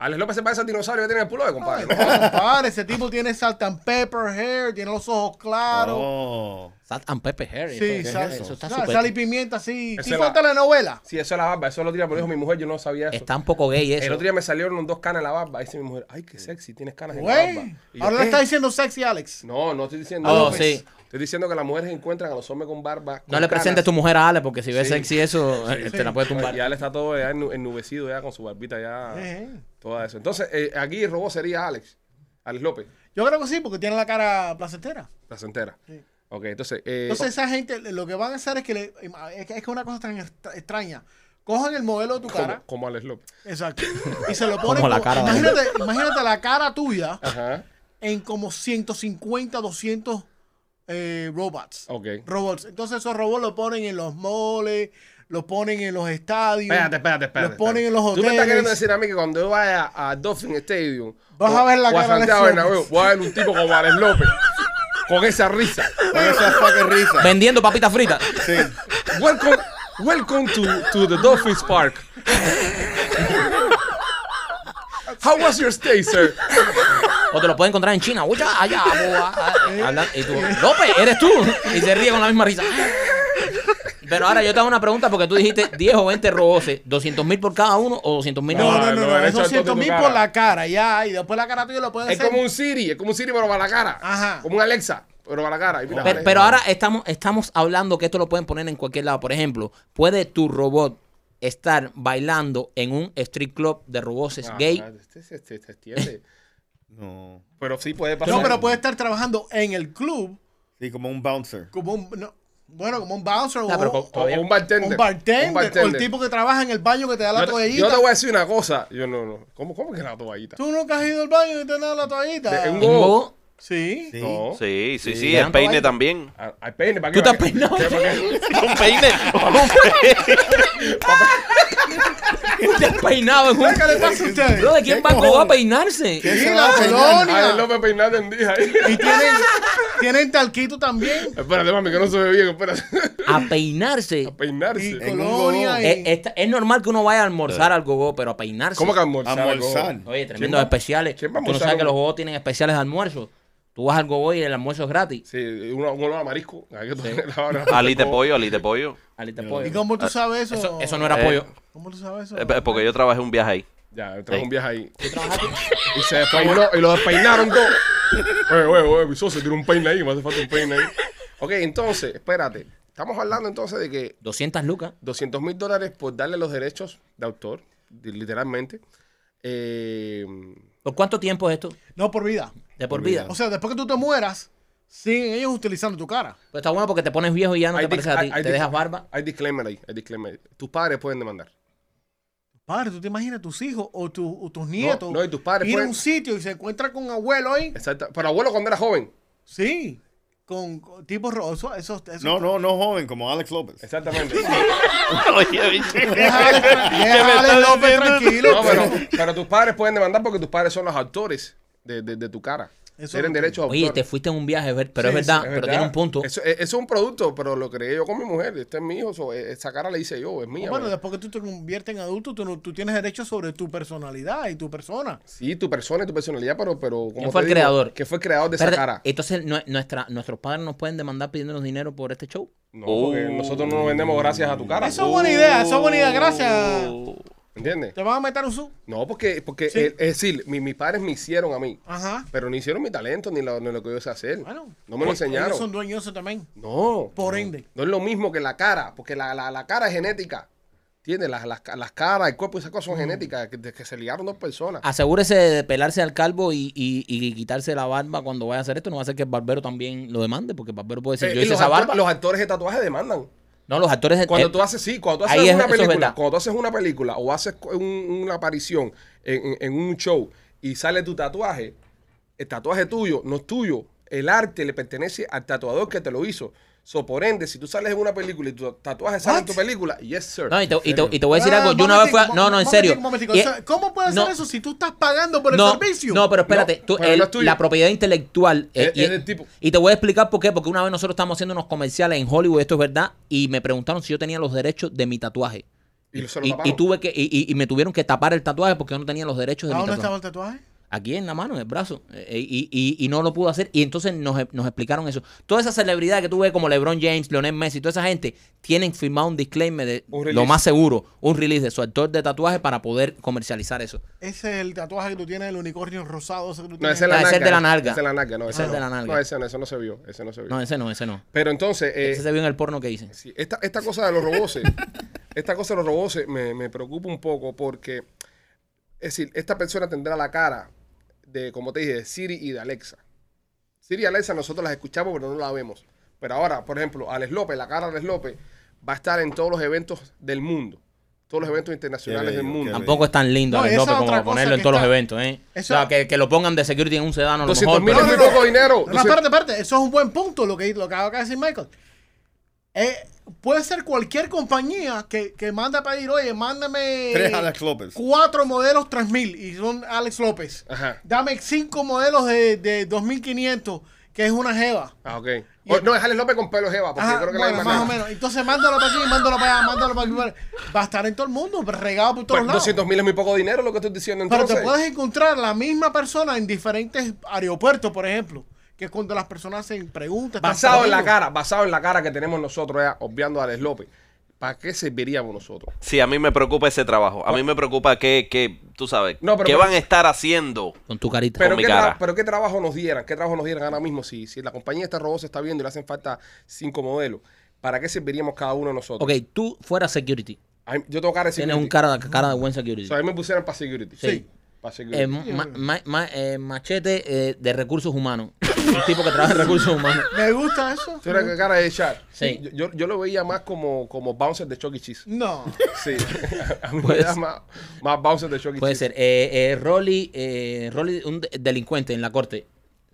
Alex López se parece al dinosaurio que tiene el pullover, compadre. ¿no?
Compadre, ese tipo tiene salt and pepper hair, tiene los ojos claros.
Oh.
Salt and Pepper Harry.
sí,
eso,
sal,
eso está
sal-
súper-
sal y pimienta, así.
Esa
Tipo
es la-
telenovela.
Sí, eso es la barba, eso lo tira, pero dijo mi mujer, yo no sabía eso.
Está un poco gay
El
eso.
otro día me salieron dos canas en la barba. Dice mi mujer, ay, qué sexy, tienes canas en la
Güey,
barba. Y yo,
ahora le
"¿Qué?".
está diciendo sexy Alex.
No, no estoy diciendo.
Oh,
eso.
sí.
Estoy diciendo que las mujeres encuentran a los hombres con barba.
No le presentes a tu mujer a Ale porque si ves
Sí.
sexy eso, eh, te la puede tumbar.
Ya le está todo ya ennu- ennubecido ya con su barbita ya.
Ejé.
Todo eso. Entonces, eh, aquí el robot sería Alex. Alex López,
Yo creo que sí, porque tiene la cara placentera.
la centera. Ok, entonces. eh,
Entonces esa gente lo que van a hacer es que le, es que es una cosa tan extra- extraña. Cojan el modelo de tu
como-
cara.
como Alex López.
Exacto. Y se lo ponen
Como la
como-
cara de-
imagínate, imagínate la cara tuya
Ajá.
en como 150, 200 eh, robots.
Ok.
Robots. Entonces esos robots los ponen en los moles, los ponen en los estadios.
Espérate, espérate, espérate.
Los ponen en los
espérate. Tú me estás queriendo
hoteles.
decir a mí que cuando yo vaya a Dolphin Stadium.
Vas
o-
a ver la
o
cara de
Santiago
Alex
Bernabéu,
López.
voy a ver un tipo como Alex López. Con esa risa.
Con esa fucking risa.
Vendiendo papitas fritas.
Sí.
Welcome, welcome to, to the Dolphins Park. How was your stay, sir?
O te lo puedes encontrar en China. Uy, ya, allá, boba. Ah, hablan- y tú, López, eres tú. Y se ríe con la misma risa. Pero ahora yo te hago una pregunta porque tú dijiste 10 o 20 roboces. ¿200 mil por cada uno o 200 mil?
No, no, no,
No,
no,
lo han hecho
esos
en todo
100 mil
tu
por
cara.
la cara, ya. Y después la cara tuya lo pueden
Es
hacer.
como un Siri, es como un Siri, pero para la cara.
Ajá.
Como un Alexa, pero para la cara. Y mira,
Pero,
Alexa.
pero ahora estamos, estamos hablando que esto lo pueden poner en cualquier lado. Por ejemplo, ¿puede tu robot estar bailando en un street club de robots
Ah,
gay?
Este se este, este extiende.
No.
Pero sí puede pasar.
No, pero puede estar trabajando en el club
Sí, como un bouncer.
como un no, bueno, como un bouncer
Ah,
o,
pero
O, o un bartender.
un bartender,
Un
o el tipo que trabaja en el baño que te da la
Yo te,
toallita.
yo te voy a decir una cosa. Yo no, no. ¿Cómo, cómo que la toallita?
Tú nunca has ido al baño y te han dado la toallita.
De- en un
¿En
bobo.
bobo?
Sí.
Sí.
No.
Sí, sí,
Sí.
sí, el peine también.
Ah, Hay peine, ¿para qué?
¿Tú te has
¿Para qué?
peinado?
¿Para qué?
Un peine. un peine.
Te has peinado en un...
¿Qué le pasa a ustedes?
Bro, ¿de quién
¿Qué
Paco va a
cojones?
peinarse?
¿Qué
Sí,
se
la
va a peinar?
pelona.
Ay, Ah, López peinado en día. ahí.
Y tienen, tienen talquito también.
Espérate, mami, que no se ve bien, espérate.
A peinarse.
A peinarse.
Y
En un
colonia.
gogó.
y-
Eh, esta- es normal que uno vaya a almorzar al gogo, pero a peinarse.
Eh. ¿Cómo que almorzar?
Almorzar.
algo?
Oye, tremendos especiales. Tú
quién va a
no
almorzar
sabes que
un-
los gogos tienen especiales de almuerzo. Tú vas al gogo y el almuerzo es gratis.
Sí, uno, uno a marisco. Hay que tomar ahora.
Alite pollo, alite pollo.
Alita
eh,
¿Y
pollo.
cómo
ah,
tú sabes eso?
Eso, eso no era
Eh,
pollo.
¿Cómo tú sabes eso?
Eh, eh, Porque yo trabajé un viaje ahí.
Ya, trajo
Sí.
un viaje ahí. Y se despeinó y lo despeinaron todo. Oye, oye, oye, mi socio tiene un peine ahí, me hace falta un peine ahí. Ok, entonces, espérate. Estamos hablando entonces de que
200 lucas.
200 mil dólares por darle los derechos de autor, de- literalmente. Eh,
¿Por cuánto tiempo es esto?
No, por vida.
De por vida.
O sea, después que tú te mueras, siguen ellos utilizando tu cara.
Pues está bueno porque te pones viejo y ya no
hay
te
dis-
pareces a ti.
hay- hay
Te
dis-
dejas barba.
Hay disclaimer ahí, hay disclaimer. ahí. Tus padres pueden demandar.
Padre, ¿tú te imaginas tus hijos o, tu- o tus nietos
no, y tus padres pues.
ir a
pueden-
un sitio y se encuentran con abuelo ahí?
Exacto. Pero abuelo cuando era joven.
Sí. Con, con tipos ro- eso, eso, eso-
No, no, no joven, como Alex López.
Exactamente.
Oye, bicho.
Deja a Alex- deja a Alex López tranquilo.
No, pero, pero tus padres pueden demandar porque tus padres son los autores de, de- de tu cara.
Eso
Tienen
no-
derechos de
Oye,
autor.
te fuiste en un viaje, ver- pero
Sí,
es,
Es
verdad, pero
verdad.
tiene un punto.
Eso, es, es un producto, pero lo creé yo con mi mujer. Este es mi hijo. so, eh, esa cara le hice yo, es mía.
Bueno,
bro.
después que tú te conviertes en adulto, tú, no- tú tienes derecho sobre tu personalidad y tu persona.
sí, tu persona y tu personalidad, pero. pero como
¿Quién fue el creador?
¿Quién fue el creador de
Espérate,
esa cara?
Entonces, nue- nuestra, nuestros padres nos pueden demandar pidiéndonos dinero por este show.
No, porque nosotros no nos vendemos gracias a tu cara.
Eso es buena idea, eso es buena idea, gracias.
Oh. ¿Entiendes?
Te van a meter un sub.
No, porque, porque
Sí.
eh, es decir, mi- mis padres me hicieron a mí,
Ajá.
pero no hicieron mi talento ni lo, ni lo que yo sé hacer.
Bueno.
no me lo enseñaron.
Ellos son dueños de eso también.
No.
Por
no.
ende.
No es lo mismo que la cara, porque la, la, la cara es genética. ¿Entiendes? Las, las, las caras, el cuerpo y esas cosas
Mm.
son genéticas, que, de que se ligaron dos personas.
Asegúrese de pelarse al calvo y, y- y quitarse la barba cuando vaya a hacer esto. No va a ser que el barbero también lo demande, porque el barbero puede decir,
Eh,
yo
y
hice
los,
esa
actores-
barba.
los actores de tatuaje demandan.
No, los actores...
Cuando
eh,
tú haces, sí, cuando tú haces
ahí es-
una
eso es
película,
verdad.
cuando tú haces una película o haces co- un- una aparición en, en- en un show y sale tu tatuaje, el tatuaje tuyo no es tuyo. El arte le pertenece al tatuador que te lo hizo. So, por ende, si tú sales en una película y tu tatuaje sale en tu película, yes, sir.
No, y te, y te- y te voy a decir
Ah,
algo. Yo una
momentico,
vez fui a- No, no, en
momentico,
serio.
momentico.
Y-
O sea, ¿Cómo puedes
no,
hacer eso si tú estás pagando por el
no,
servicio?
No, pero espérate.
No,
tú-
pero
el-
no es tuyo.
la propiedad intelectual. eh,
Es-
y,
es del tipo.
y te voy a explicar por qué. Porque una vez nosotros estábamos haciendo unos comerciales en Hollywood, esto es verdad, y me preguntaron si yo tenía los derechos de mi tatuaje.
Y lo- se lo
Y,
taparon.
y tuve que y, y- y me tuvieron que tapar el tatuaje porque yo no tenía los derechos de
¿A
mi
dónde estaba
tatuaje.
el tatuaje?
Aquí en la mano, en el brazo. Eh, Y, y- y no lo pudo hacer. Y entonces nos, nos explicaron eso. Toda esa celebridad que tú ves como LeBron James, Lionel Messi, toda esa gente, tienen firmado un disclaimer de
Un
lo
release.
más seguro, un release de su actor de tatuaje para poder comercializar eso.
Ese es el tatuaje que tú tienes, el unicornio rosado. Ese que tú
No,
tienes.
ese es la
No, Ah, ese
nalga.
es de la nalga.
Ese es la nalga, no,
Ese
ese
es
no.
de la nalga.
No, ese no, ese no se vio. Ese no se vio.
No, ese no, ese no.
Pero entonces, eh,
ese se vio en el porno que hice.
sí, esta, esta cosa de los robots, esta cosa de los robots me, me preocupa un poco porque, es decir, esta persona tendrá la cara de, como te dije, de Siri y de Alexa. Siri y Alexa nosotros las escuchamos, pero no la vemos. Pero ahora, por ejemplo, Alex López, la cara de Alex López, va a estar en todos los eventos del mundo. Todos los eventos internacionales
Qué
del
bello, qué
mundo.
bello.
Tampoco es tan lindo
No,
Alex
esa
López
otra
como para
cosa
ponerlo en
que
todos
está-
los eventos, ¿eh?
Eso-
O sea, que, que lo pongan de security en un sedano a lo
200
mejor.
mil es
pero-
muy poco dinero.
No, no,
200
espérate, espérate. Eso es un buen punto lo que, lo que acaba de decir Michael. Eh, puede ser cualquier compañía que, que manda a pedir, oye, mándame
Tres Alex López.
cuatro modelos 3000 y son Alex López.
Ajá.
Dame cinco modelos de, de 2500, que es una jeva.
Ah, ok. O- no, es Alex López con pelo jeva, porque
Ajá,
yo creo que
bueno,
la
más
misma
o
cara.
menos. Entonces mándalo para aquí, mándalo para allá, mándalo para aquí. Va a estar en todo el mundo, regado por todos
Pues,
lados.
200 mil es muy poco dinero lo que estoy diciendo
Pero
entonces.
te puedes encontrar la misma persona en diferentes aeropuertos, por ejemplo. Que es cuando las personas hacen preguntas. están
Basado en la
perdidos.
cara, basado en la cara que tenemos nosotros, ya, obviando a Alex López. ¿Para qué serviríamos nosotros?
Sí, a mí me preocupa ese trabajo. A mí me preocupa que, que tú sabes,
No, pero-
¿qué
pero-
van a estar haciendo?
Con tu carita.
Pero
mi
qué, tra-
cara.
pero qué trabajo nos dieran, qué trabajo nos dieran ahora mismo si, si la compañía de este robot se está viendo y le hacen falta cinco modelos. ¿Para qué serviríamos cada uno de nosotros?
ok, tú fueras security.
Ay, yo tengo cara de
Tienes
security.
un cara, cara de buen security.
O sea, a mí me pusieran para security.
Sí.
Para security.
Eh, ma- ma- ma- eh, machete eh, de recursos humanos. un tipo que trabaja en recursos humanos.
Me gusta eso.
Tú eres la cara de Char.
Sí.
Yo, yo, yo lo veía más como, como bouncer de Chuck E. Cheese.
No.
Sí. a mí me
Puede
da
ser.
más, más bouncer de Chuck E.
Puede
Cheese.
ser. Eh, eh, Rolly, eh, Rolly, un de- delincuente en la corte.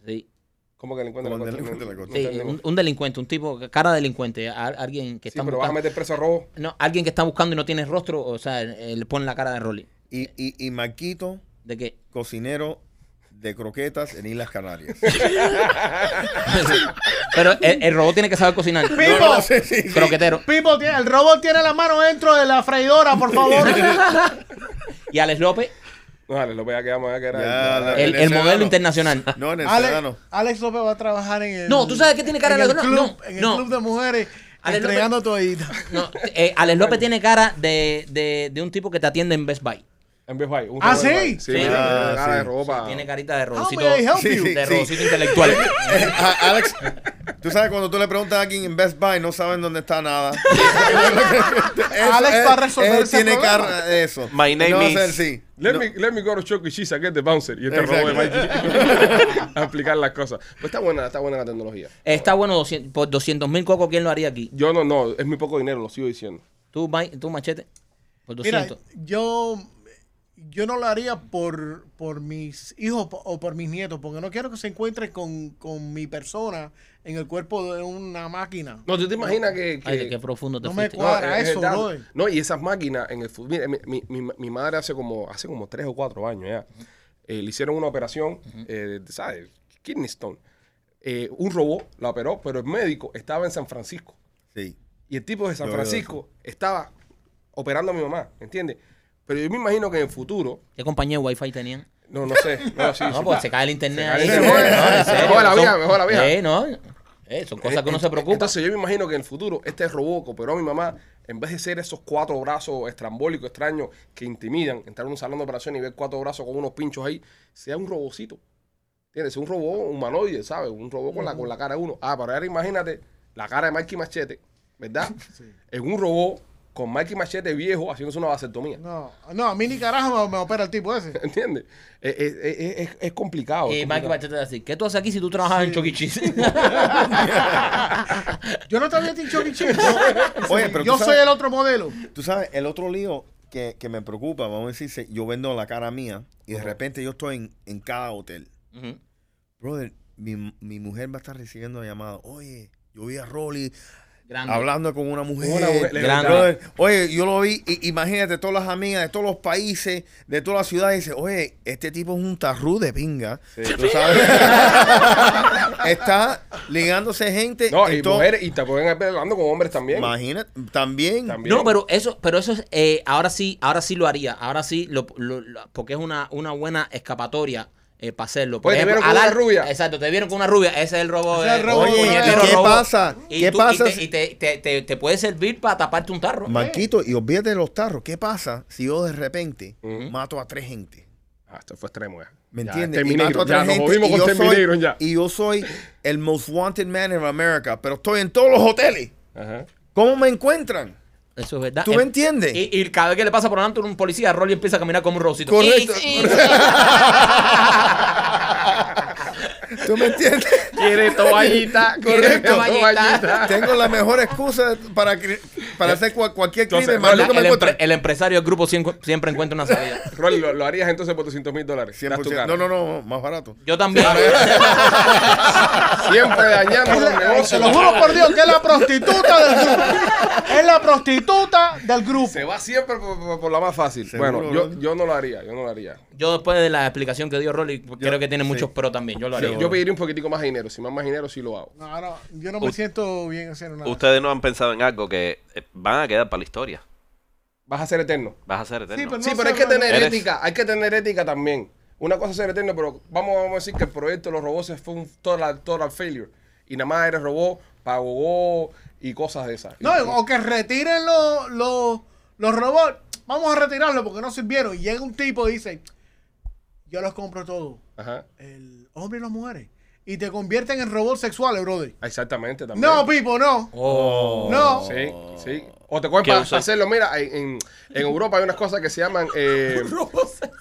Sí.
¿Cómo que delincuente?
Como
la corte?
delincuente
No-
la corte.
E. no
Sí,
entendemos.
un, un delincuente, un tipo, cara de delincuente, a- alguien que
Sí,
está
pero vas a
buscando.
meter preso a robo.
No, alguien que está buscando y no tiene rostro, o sea, eh, le ponen la cara de Rolly.
Y, y, y Maquito,
De que.
cocinero de croquetas en Islas Canarias.
pero el, el robot tiene que saber cocinar.
Pipo.
No, no, sí, sí, sí.
Croquetero.
Pipo, tiene- el robot tiene la mano dentro de la freidora, por favor.
Y Alex López,
No, dale, lo vea que vamos a ver que
Ya,
era.
la-
el, el
Venezolano.
modelo internacional.
No, en el
Alex,
Sedano.
Alex López va a trabajar en el.
No, ¿tú sabes qué tiene cara
en
de
el
ladrón?
club,
No,
En el
no.
club de mujeres,
Alex
entregando toallitas.
No, eh, Alex López tiene cara de, de, de un tipo que te atiende en Best Buy.
En Best Buy, un
¿Ah,
robo de Best
sí?
Buy. Sí,
Sí.
tiene
Ah,
cara de
sí.
robo para-
Tiene carita de
How
robocito,
may I help
Sí,
you?
sí.
de robocito intelectual.
Eh, a- Alex, tú sabes cuando tú le preguntas a alguien en Best Buy no saben dónde está nada.
Alex va a resolver
él
ese
tiene
problema.
cara de eso.
My name
No va a
is-
ser, sí.
Let,
No.
me, let me go to Chuck E. Cheese and get the bouncer. Y este
Exacto.
robo de Mikey. a aplicar las cosas. Pues está buena, está buena la tecnología.
Está bueno, 200 por 200 mil cocos, ¿quién lo haría aquí?
Yo no, no, es muy poco dinero, lo sigo diciendo.
Tú, Ma- tú machete, por
Mira,
200.
yo, yo no lo haría por, por mis hijos po- o por mis nietos, porque no quiero que se encuentren con, con mi persona en el cuerpo de una máquina.
No, ¿tú te imaginas que... que-
Ay, qué profundo te
no me
fuiste.
cuadra. Para
es
eso,
verdad.
brother.
No, y esas máquinas en el fu- Mira, mi, mi- mi- mi madre hace como hace como tres o cuatro años ya. eh, le hicieron una operación, eh, ¿sabes? Kidney Stone. Eh, un robot la operó, pero el médico estaba en San Francisco.
Sí.
Y el tipo de San
Yo veo
Francisco estaba operando a mi mamá, ¿entiendes? Pero yo me imagino que en el futuro,
¿Qué compañía de Wi-Fi tenían?
no, no sé, no, sí,
No,
sí,
pues
está.
se cae el internet
Se
ahí.
cae el internet.
No, en serio.
Mejor la vida,
Son-
mejor la vida.
Eh, no. Eh, son cosas que uno se preocupa.
Entonces yo me imagino que en el futuro este robot que operó a mi mamá, en vez de ser esos cuatro brazos estrambólicos, extraños, que intimidan, entrar a un salón de operación y ver cuatro brazos con unos pinchos ahí, sea un robocito. ¿Entiendes? Sea Un robot humanoide, ¿sabes? Un robot con la, con la cara de uno. Ah, pero ahora imagínate la cara de Mikey Machete, ¿verdad? En un robot con Mikey Machete viejo haciéndose una vasectomía.
No, no, a mí ni carajo me, me opera el tipo ese.
¿Entiendes? Eh, Es, es- es- es- es complicado. es
Y Mike
complicado.
Machete te va a decir, ¿qué tú haces aquí si tú trabajas en Choquichis?
Yo no te había dicho que chico.
Oye, pero
Yo
tú
soy
sabes,
el otro modelo.
tú sabes, el otro lío que, que me preocupa, vamos a decir, se- yo vendo la cara mía y de repente yo estoy en, en cada hotel. Brother, mi, mi mujer va a estar recibiendo llamadas. Oye, yo vi a Rolly
Grande.
hablando con una mujer.
Una mujer,
le-
Grande.
grande.
Oye, yo lo vi, i- imagínate, todas las amigas de todos los países, de todas las ciudades, dice, oye, este tipo es un tarrú de pinga. ¿Tú sabes? Está ligándose gente.
No,
en
y
todo-
mujeres, y te pueden estar hablando con hombres también.
Imagínate, también.
También.
No, pero eso, pero eso es, eh, ahora sí, ahora sí lo haría, ahora sí, lo, lo- lo- porque es una, una buena escapatoria para hacerlo. Por
Oye, Pues te
ejemplo,
vieron con
a
una rubia.
Exacto, te vieron con una rubia, ese es el robo.
Ese es el
de-
robo,
Oye, ¿y
puñetero
¿qué
robo.
pasa?
Y
¿Qué
tú-
pasa?
Y, te, y te- te- te- te puede servir para taparte un tarro.
Marquito, y olvídate de los tarros. ¿Qué pasa si yo de repente mato a tres gente?
Ah, esto fue extremo. ya.
¿Me
Ya,
entiendes? Y mato
Terminator,
a
ya,
tres
nos
gente,
jodimos
y
con
yo soy-
Terminator ya.
Y yo soy el most wanted man in America, pero estoy en todos los hoteles.
Ajá.
¿Cómo me encuentran?
Eso es verdad.
¿Tú me entiendes?
Y, y cada vez que le pasa por delante un policía, Rolly empieza a caminar como un robocito.
Correcto.
Y- y-
¿Tú me entiendes?
Quiere toallita, quiere
Correcto.
toallita.
Tengo la mejor excusa para, cri- para hacer cual- cualquier crimen,
Entonces,
más
el,
nunca me
el empre-
encuentran.
el empresario del grupo siempre, siempre encuentra una salida.
Rolly, ¿lo, lo harías entonces por 200 mil dólares. Das tu
100%.
cara.
No, no, no, más barato.
Yo también.
Siempre dañando los
Se lo
negocios.
juro por Dios que es la prostituta del grupo. Es la prostituta del grupo.
Se va siempre por, por- por la más fácil.
Seguro,
bueno, yo,
bro.
yo no lo haría, yo no lo haría.
Yo después de la explicación que dio Rolly, creo que tiene muchos pero también. Yo lo haría.
Yo, yo pediría un poquitico más de dinero. Si más más dinero, sí lo hago.
No, no, yo no me
U-
siento bien haciendo nada.
Ustedes no han pensado en algo que eh, van a quedar para la historia.
Vas a ser eterno.
Vas a ser eterno.
pero No
sí, pero
sé,
hay que
bueno.
tener
Eres-
ética. Hay que tener ética también. Una cosa es ser eterno, pero vamos, vamos a decir que el proyecto de los robots fue un total, total failure. Y nada más eres robot, pagó y cosas de esas.
No, o que retiren los, los, los robots. Vamos a retirarlos porque no sirvieron. Y llega un tipo y dice, yo los compro todo.
Ajá.
El hombre y las mujeres. Y te convierten en robots sexuales, brother.
Exactamente también.
pues, No, Pipo, no.
Oh.
No.
Sí, sí. O O te cogen
¿Qué
para
usa?
hacerlo. Mira, en, en- en Europa hay unas cosas que se llaman. eh,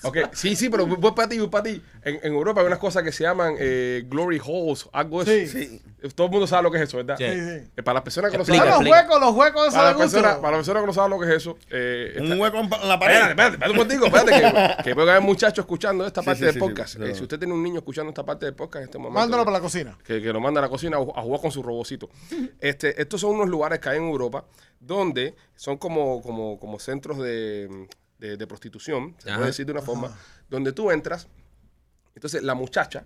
ok, sí, sí, pero voy para ti, voy para ti. En, en Europa hay unas cosas que se llaman eh, glory holes, algo de eso.
Sí.
Todo el mundo sabe lo que es eso, ¿verdad?
Sí.
Sí, sí.
Eh, para las personas que no
Explica,
saben.
Ah, los
explica.
huecos, los huecos esos
Para
de
las personas
gusto.
para las personas que no saben lo que es eso. eh,
Un hueco en pa- en la pared.
Espérate, espérate, espérate un momentico, espérate, que, que puede haber muchachos escuchando esta
Sí,
parte
sí,
del
sí,
podcast.
sí,
Eh,
claro.
si usted tiene un niño escuchando esta parte del podcast en este momento,
Mándalo para la cocina.
que, que lo manda a la cocina a ju- a jugar con su robocito. Este, estos son unos lugares que hay en Europa donde son como, como, como centros de, de- de prostitución, se
Ajá.
puede decir de una forma, donde tú entras, entonces la muchacha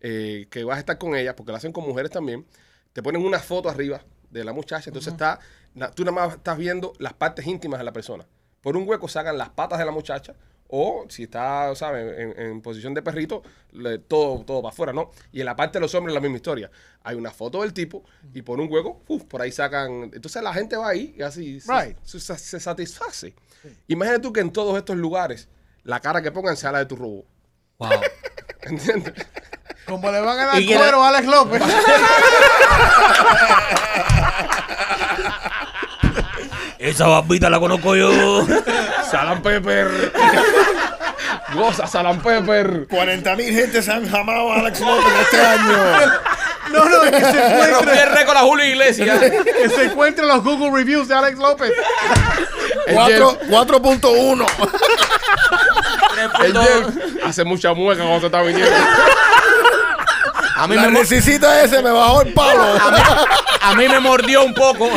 eh, que vas a estar con ella, porque la hacen con mujeres también, te ponen una foto arriba de la muchacha, entonces está, na- tú nada más estás viendo las partes íntimas de la persona. Por un hueco sacan las patas de la muchacha o si está, ¿sabes?, en, en posición de perrito, le- todo, todo para afuera, ¿no? Y en la parte de los hombres la misma historia. Hay una foto del tipo y por un hueco, uf, por ahí sacan... Entonces la gente va ahí y así se-
Right.
se, se- se satisface. Imagínate tú que en todos estos lugares la cara que pongan sea la de tu robo.
Wow.
¿Entiendes?
Como le van a dar
Y que
cuero a Alex López.
Esa babita la conozco yo.
Salam Pepper. Goza, Salam Pepper.
40 mil gente se han jamado a Alex López este año.
No, no, que se
Rompí
encuentre,
el récord a Julio Iglesias.
que se encuentre los Google Reviews de Alex López.
El
Cuatro-
Jeff-
4.1.
el Jeff hace mucha mueca cuando se está viniendo.
A mí,
La
me, mor-
necesita ese, me bajó el palo.
a mí me mordió un poco.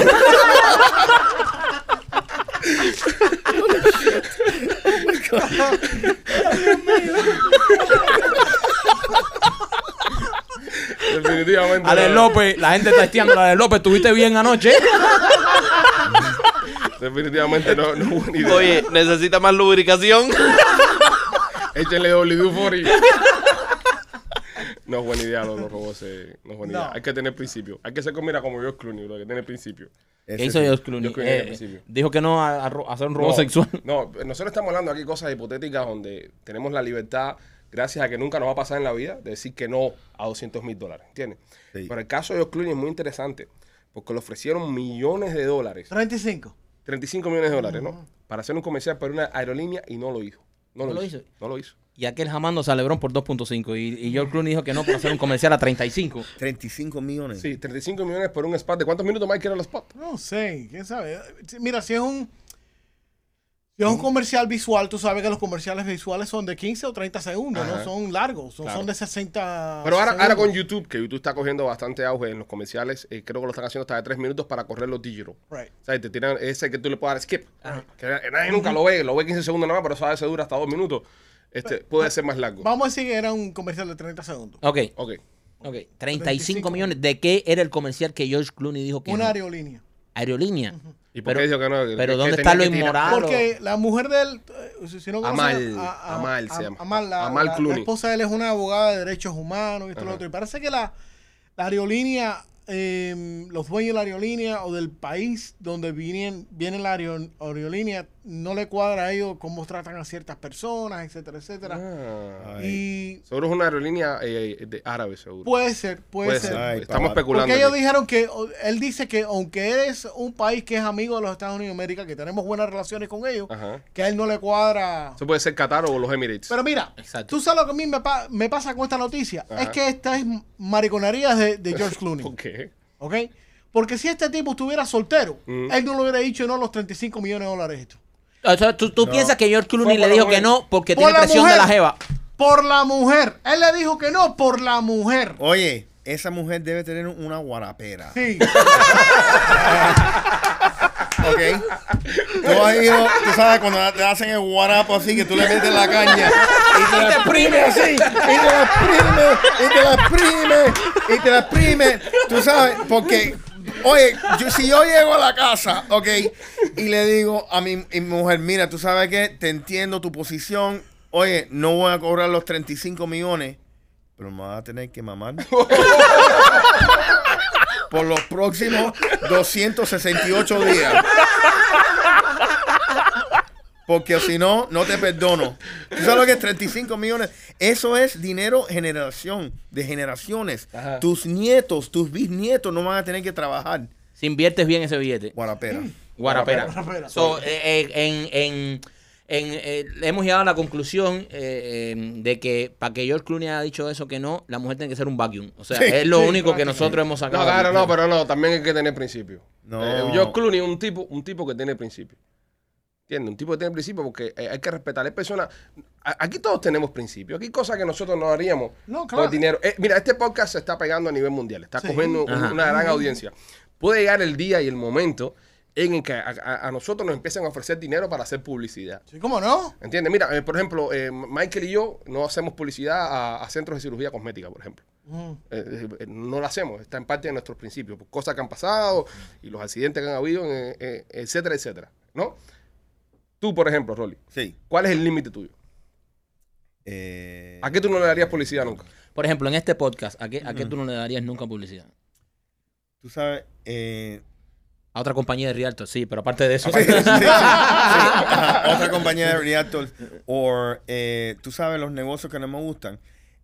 Definitivamente.
Ale
no.
López, la gente testeando. Ale López, ¿tuviste bien anoche?
Definitivamente no, no es buena idea.
Oye, necesita más lubricación.
Échale WD-40. No es buena idea los, los robots. eh, no es buena
No.
idea. Hay que tener principio. Hay que ser como, mira, como George Clooney, bro. Hay que tener principio.
¿Qué hizo George Clooney?
Yo creo que al
Eh,
principio.
dijo que no a, a ro- a hacer un robo
no,
sexual.
No, nosotros estamos hablando aquí cosas hipotéticas donde tenemos la libertad, gracias a que nunca nos va a pasar en la vida, de decir que no a 200 mil dólares, ¿entiendes?
Sí.
Pero el caso de George Clooney es muy interesante, porque le ofrecieron millones de dólares,
35.
35 millones de dólares, ¿no? Para hacer un comercial para una aerolínea y no lo hizo. No lo,
¿No lo
hizo.
hizo?
No lo hizo.
Y aquel jamando a Lebron por 2.5. Y, y George Clooney dijo que no por hacer un comercial a 35.
35 millones.
Sí, 35 millones por un spot. ¿De cuántos minutos más quiere el spot?
No sé, quién sabe. Si- Mira, si es un. Si es un comercial visual, tú sabes que los comerciales visuales son de 15 o 30 segundos,
Ajá.
no son largos, son,
Claro.
son de 60.
Pero ahora, ahora con
segundos.
YouTube, que YouTube está cogiendo bastante auge en los comerciales, eh, creo que lo están haciendo hasta de 3 minutos para correr los digital.
Right.
O sea, te tiran ese que tú le puedes dar skip. Que nadie nunca lo ve, lo ve 15 segundos nada más, pero eso a veces dura hasta 2 minutos. Este, puede ser más largo.
Vamos a decir que era un comercial de 30 segundos.
Ok,
Ok.
ok. 35 millones. ¿De qué era el comercial que George Clooney dijo que
Una
no?
aerolínea.
Aerolínea.
¿Y por
Pero-
qué dijo que no? Que-
pero
que
¿dónde
tenía
está lo
que tirar.
inmoral? Claro.
Porque la mujer de él, eh, si- si no conocen
Ah, Amal,
a- a-
Amal se
a-
llama.
Amal, la,
Amal
la- la
Clooney.
esposa de él es una abogada de derechos humanos y esto y lo
Ajá.
otro. Y parece que la, la aerolínea, eh, los dueños de la aerolínea o del país donde vienen, viene la aerol- aerolínea, no le cuadra a ellos cómo tratan a ciertas personas, etcétera, etcétera.
Ah.
Ay,
Y
Seguro es una aerolínea eh, de árabe, seguro.
puede ser, puede,
Puede
ser.
ser.
Ay,
Estamos
papá.
especulando.
Porque ellos
aquí.
dijeron que, o- él dice que aunque es un país que es amigo de los Estados Unidos de América, que tenemos buenas relaciones con ellos,
Ajá.
que a él no le cuadra.
Eso puede ser Qatar o los Emirates.
Pero mira,
Exacto.
tú sabes lo que a mí me, pa- me pasa con esta noticia.
Ajá.
Es que esta es mariconería de, de George Clooney.
¿Por qué?
¿Ok? Porque si este tipo estuviera soltero,
Mm.
él no le hubiera dicho no a los 35 millones de dólares esto.
O sea, tú, tú
No.
piensas que George Clooney
Fue
le
por la
dijo
mujer.
que no porque
Por
tiene
la
presión de
mujer.
la jeva.
Por la mujer. Él le dijo que no, por la mujer.
Oye, esa mujer debe tener una guarapera.
Sí.
¿Ok? Tú has ido, tú sabes, cuando te hacen el guarapo así, que tú le metes la caña. Y te la exprime así. Y te la exprime. Y te la exprime. Y te la exprime. Tú sabes, porque, oye, yo- si yo llego a la casa, ok, y le digo a mi, mi mujer, mira, tú sabes que te entiendo tu posición. Oye, no voy a cobrar los 35 millones, pero me vas a tener que mamar. Por los próximos 268 días. Porque si no, no te perdono. Tú sabes lo que es 35 millones. Eso es dinero generación, de generaciones.
Ajá.
Tus nietos, tus bisnietos no van a tener que trabajar.
Si inviertes bien ese billete.
Guarapera.
Guarapera.
Guarapera.
So, eh, eh, en, en- en, eh, hemos llegado a la conclusión eh, eh, de que para que George Clooney haya dicho eso que no, la mujer tiene que ser un vacuum. O sea,
Sí,
es lo
sí,
único que
prácticamente.
nosotros hemos sacado.
No, claro,
aquí.
no, pero no, también hay que tener principio.
No.
Eh, George Clooney es un tipo, un tipo que tiene principio. ¿Entiendes? Un tipo que tiene principio porque eh, hay que respetar. Es persona. a- Aquí todos tenemos principios. Aquí hay cosas que nosotros no haríamos
No, claro.
por dinero. Eh, mira, este podcast se está pegando a nivel mundial. Está
Sí.
cogiendo un-
Ajá.
una gran audiencia. Puede llegar el día y el momento en el que a, a- a nosotros nos empiezan a ofrecer dinero para hacer publicidad.
Sí, ¿Cómo no?
¿Entiendes? Mira, eh, por ejemplo, eh, Michael y yo no hacemos publicidad a- a centros de cirugía cosmética, por ejemplo.
Mm.
Eh, eh, no lo hacemos, está en parte de nuestros principios, por cosas que han pasado y los accidentes que han habido, eh, eh, etcétera, etcétera. ¿No? Tú, por ejemplo, Rolly,
Sí.
¿cuál es el límite tuyo?
Eh,
¿A qué tú no le darías publicidad nunca?
Por ejemplo, en este podcast, ¿a qué, a qué tú no le darías nunca publicidad?
Tú sabes. Eh,
A otra compañía de Rialto, sí, pero aparte de eso.
sí, sí, sí. Ajá, Otra compañía de realtors. O eh, tú sabes los negocios que no me gustan.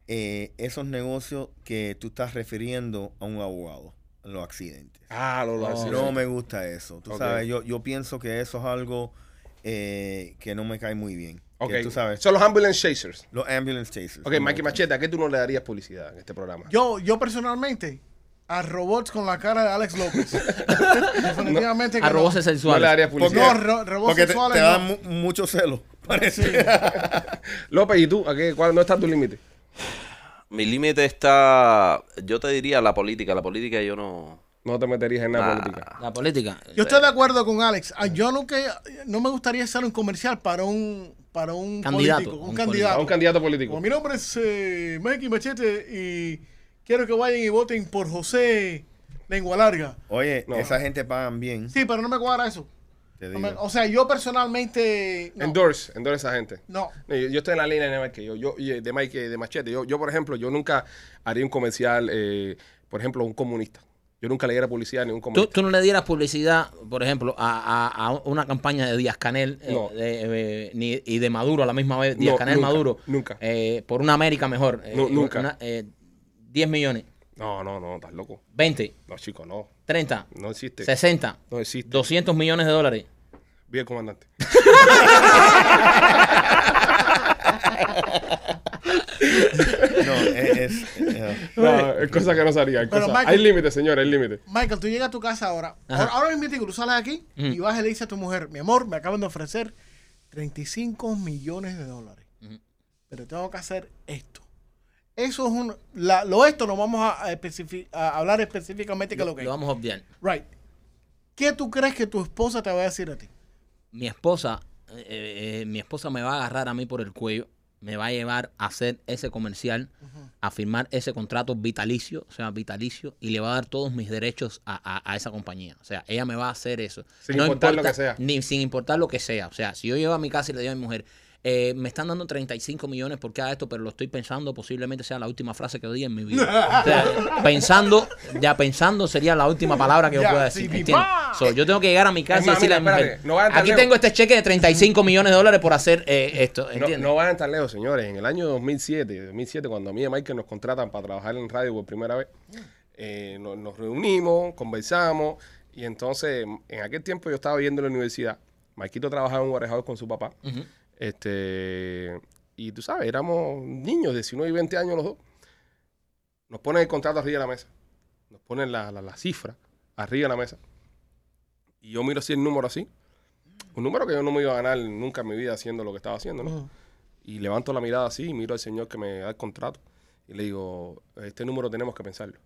eh, esos negocios que tú estás refiriendo a un abogado. Los accidentes.
Ah, lo,
Oh,
accidentes.
No me gusta eso. Tú
Ok.
sabes, yo, yo pienso que eso es algo eh, que no me cae muy bien. Que
Ok.
tú sabes.
Son los ambulance chasers.
Los ambulance chasers.
Ok,
No me
Mikey
gustan.
Machete, ¿a qué tú no le darías publicidad en este programa?
Yo, yo personalmente, a robots con la cara de Alex López. Definitivamente
a
que no.
robots
no le
sexuales.
darías
Porque-
publicidad.
No, ro- robots
Porque te, te
sexuales,
dan
no.
mu- mucho celo. Parece.
López, ¿y tú? ¿A qué, cuál, ¿No está tu límite?
Mi límite está, yo te diría la política. La política yo no...
No te meterías en nada
Ah.
política.
La política.
Yo estoy de acuerdo con Alex. Ah, Yo nunca, no me gustaría hacer un comercial para un, para un
Candidato,
político, un,
un
A
candidato.
un candidato
Como
político.
mi nombre es eh, Mikey Machete y quiero que vayan y voten por José Lengua Larga.
Oye,
No.
esa gente pagan bien.
Sí, pero no me cuadra eso.
Te
No
digo.
me- o sea, yo personalmente... No.
Endorse, endorse a esa gente.
no.
No, yo, yo estoy en la línea de Mike, yo, yo, y, eh, de Mike eh, de Machete. Yo, yo, por ejemplo, yo nunca haría un comercial, eh, por ejemplo, a un comunista. Yo nunca le diera publicidad a ningún
¿Tú,
comunista.
tú no le dieras publicidad, por ejemplo, a, a- a una campaña de Díaz Canel
No.
y de Maduro a la misma vez? Díaz Canel
nunca,
Maduro.
nunca.
eh, por una América mejor. eh,
No, nunca.
una- eh, 10 millones,
No, no, no, estás loco.
20,
No, chico, no.
30,
No existe.
60,
No existe.
200 millones de dólares.
Bien, comandante.
No, es. es- eh,
No, es cosa que no sabía. es
Pero,
cosa-
Mike-
Hay límites, señor, hay límites.
Michael, tú llegas a tu casa ahora.
Ajá.
Ahora, ahora mismo tú sales aquí y vas y le dices a tu mujer, mi amor, me acaban de ofrecer 35 millones de dólares. Pero tengo que hacer esto. Eso es un... la- lo esto no vamos a, a especifi- a hablar específicamente que lo que
Lo
es.
vamos a obviar.
Right. ¿Qué tú crees que tu esposa te va a decir a ti?
mi esposa, eh, eh, mi esposa me va a agarrar a mí por el cuello, me va a llevar a hacer ese comercial, a firmar ese contrato vitalicio, o sea, vitalicio, y le va a dar todos mis derechos a, a- a esa compañía. O sea, ella me va a hacer eso.
Sin importar lo que sea.
Ni, sin importar lo que sea. O sea, si yo llego a mi casa y le digo a mi mujer, eh, me están dando 35 millones porque haga esto, pero lo estoy pensando, posiblemente sea la última frase que diga en mi vida. O sea, pensando, ya pensando sería la última palabra que yo
Ya,
pueda
sí,
decir.
sí,
¿entiendes?
va.
So, yo tengo que llegar a mi casa
Es
y
más,
decirle a mi
mira,
mujer,
espérate, no vayan tan
aquí
lejos".
tengo este cheque de 35 millones de dólares por hacer eh, esto,
No,
¿entiendes?
no vayan tan lejos, señores. En el año 2007, 2007 cuando a mí y a Michael nos contratan para trabajar en radio por primera vez, eh, no- nos, reunimos, conversamos. Y entonces, en aquel tiempo yo estaba viviendo en la universidad. Maikito trabajaba en un guarejado con su papá. este Y tú sabes, éramos niños, 19 y 20 años los dos. Nos ponen el contrato arriba de la mesa. Nos ponen la, la- la cifra arriba de la mesa. Y yo miro así el número así. Un número que yo no me iba a ganar nunca en mi vida haciendo lo que estaba haciendo, ¿no? Y levanto la mirada así y miro al señor que me da el contrato. Y le digo, este número tenemos que pensarlo.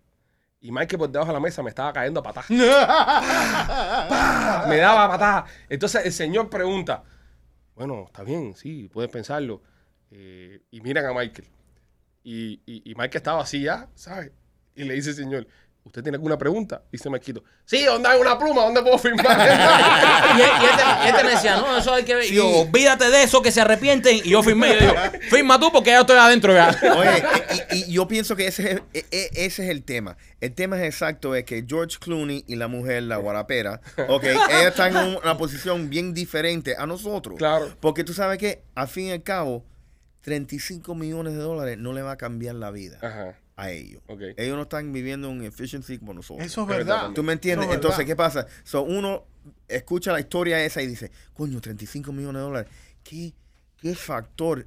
Y Mike por debajo de la mesa me estaba cayendo a patadas. ¡Pah! me daba patadas. Entonces el señor pregunta, bueno, está bien, sí, puedes pensarlo. Eh, y miran a Michael. Y, y, y Michael estaba así ya, ¿sabes? Y le dice el señor, ¿usted tiene alguna pregunta? Dice Maquito, sí, ¿dónde hay una pluma? ¿Dónde puedo firmar?
Y, y este, y este me decía, no, eso hay que ver. Y yo, olvídate de eso, que se arrepienten. Y yo firmé. Yo digo, firma tú porque ya estoy adentro ya.
Oye, eh, y, y yo pienso que ese es, el- e- e- ese es el tema. El tema es exacto, es que George Clooney y la mujer, la guarapera, ok, ella está en un- una posición bien diferente a nosotros.
Claro.
Porque tú sabes que, al fin y al cabo, 35 millones de dólares no le va a cambiar la vida
Ajá.
a a ellos.
Ah. Ok.
Ellos no están viviendo un efficiency como nosotros.
Eso es
Pero
verdad.
también-
¿Tú me entiendes?
Eso es
Entonces,
verdad.
¿qué pasa? So, uno escucha la historia esa y dice, coño, 35 millones de dólares. ¿Qué, qué factor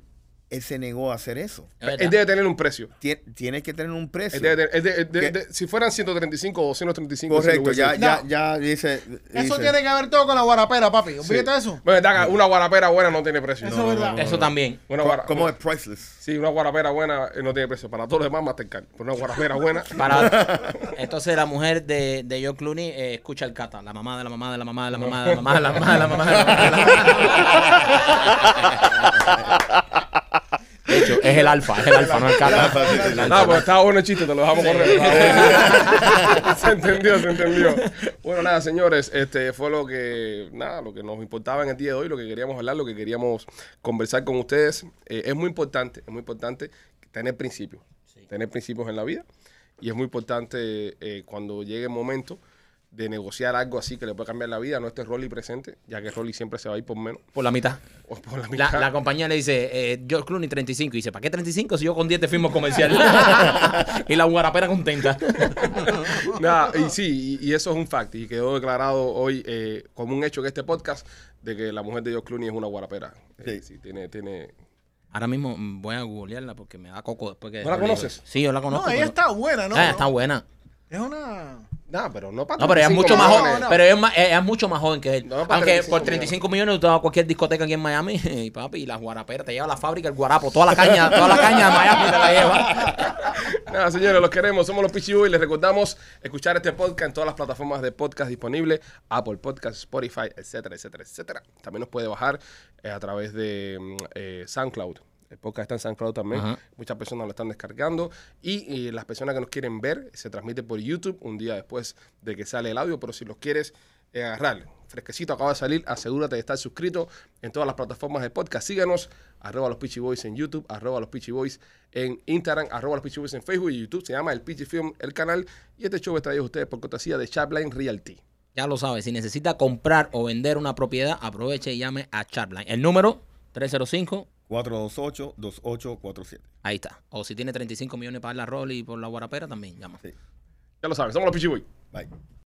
él se negó a hacer eso?
Es verdad.
Él debe tener un precio.
Tien- Tiene que tener un precio.
Él debe tener- él Este de- él de-
¿Qué?
de- si fueran 135 o 235,
Correcto,
sí lo
ya,
hubiese-
ya,
No.
ya dice.
Eso
dice-
tiene que ver todo con la guarapera, papi. Olvídate de eso.
Bueno, Daga, una guarapera buena no tiene precio.
Eso es verdad.
Eso también.
Una
Co-
guara-
¿Cómo es priceless?
Sí, una guarapera buena eh, no tiene precio. Para todos los demás, Mastercard. Pero una guarapera buena.
Para... Entonces la mujer de, de George Clooney eh, escucha el cata. La mamá de la mamá de la mamá de la mamá de la mamá de la mamá de la mamá de la mamá de la mamá. De hecho, es el alfa, es el alfa, no el cata. El alfa.
Ah, No, pero estaba bueno el chiste, te lo dejamos correr. Estaba bueno. se entendió, se entendió. Bueno, nada, señores, este fue lo que nada, lo que nos importaba en el día de hoy, lo que queríamos hablar, lo que queríamos conversar con ustedes. Eh, es muy importante, es muy importante tener principios, tener principios en la vida y es muy importante eh, cuando llegue el momento de negociar algo así que le puede cambiar la vida, no este Rolly presente, ya que Rolly siempre se va a ir por menos
Por la mitad.
o por la
La,
mitad.
la compañía le dice, eh, George Clooney 35. Y dice, ¿para qué 35 si yo con 10 te firmo comercial? y la guarapera contenta.
Nada, y sí, y, y eso es un fact. Y quedó declarado hoy eh, como un hecho en este podcast de que la mujer de George Clooney es una guarapera. Eh, sí, tiene, tiene.
Ahora mismo mm, voy a googlearla porque me da coco después que...
¿No la conoces?
Sí, yo la conozco.
No, ella
pero-
está buena, ¿no?
Ah, está buena.
Es una.
Nada, pero no para
No, pero ella
35
es mucho más
millones.
joven. Pero ella es, más- ella es mucho más joven que él.
No, para
Aunque
35
por 35 millones, tú te vas a cualquier discoteca aquí en Miami y papi, y las guaraperas te lleva a la fábrica, el guarapo, toda la caña, toda la caña de Miami te la lleva.
Nada, señores, los queremos. Somos los Pichibu y les recordamos escuchar este podcast en todas las plataformas de podcast disponibles: Apple Podcast, Spotify, etcétera, etcétera, etcétera. También nos puede bajar eh, a través de mm, eh, SoundCloud. El podcast está en SoundCloud también.
Ajá.
Muchas personas lo están descargando. Y, eh, las personas que nos quieren ver se transmite por YouTube un día después de que sale el audio. Pero si los quieres eh, agarrar fresquecito, acaba de salir, asegúrate de estar suscrito en todas las plataformas de podcast. Síganos, arroba los Peachy Boys en YouTube, arroba los Peachy Boys en Instagram, arroba los Peachy Boys en Facebook y YouTube. Se llama El Peachy Film, el canal. Y este show es traído a ustedes por cortesía de Chapline Realty.
Ya lo sabes, si necesita comprar o vender una propiedad, aproveche y llame a Charline. El número 305,
428-2847.
ahí está. O si tiene 35 millones para la rol y por la guarapera, también llama.
Ya lo saben, somos los Peachy Boys.
Bye.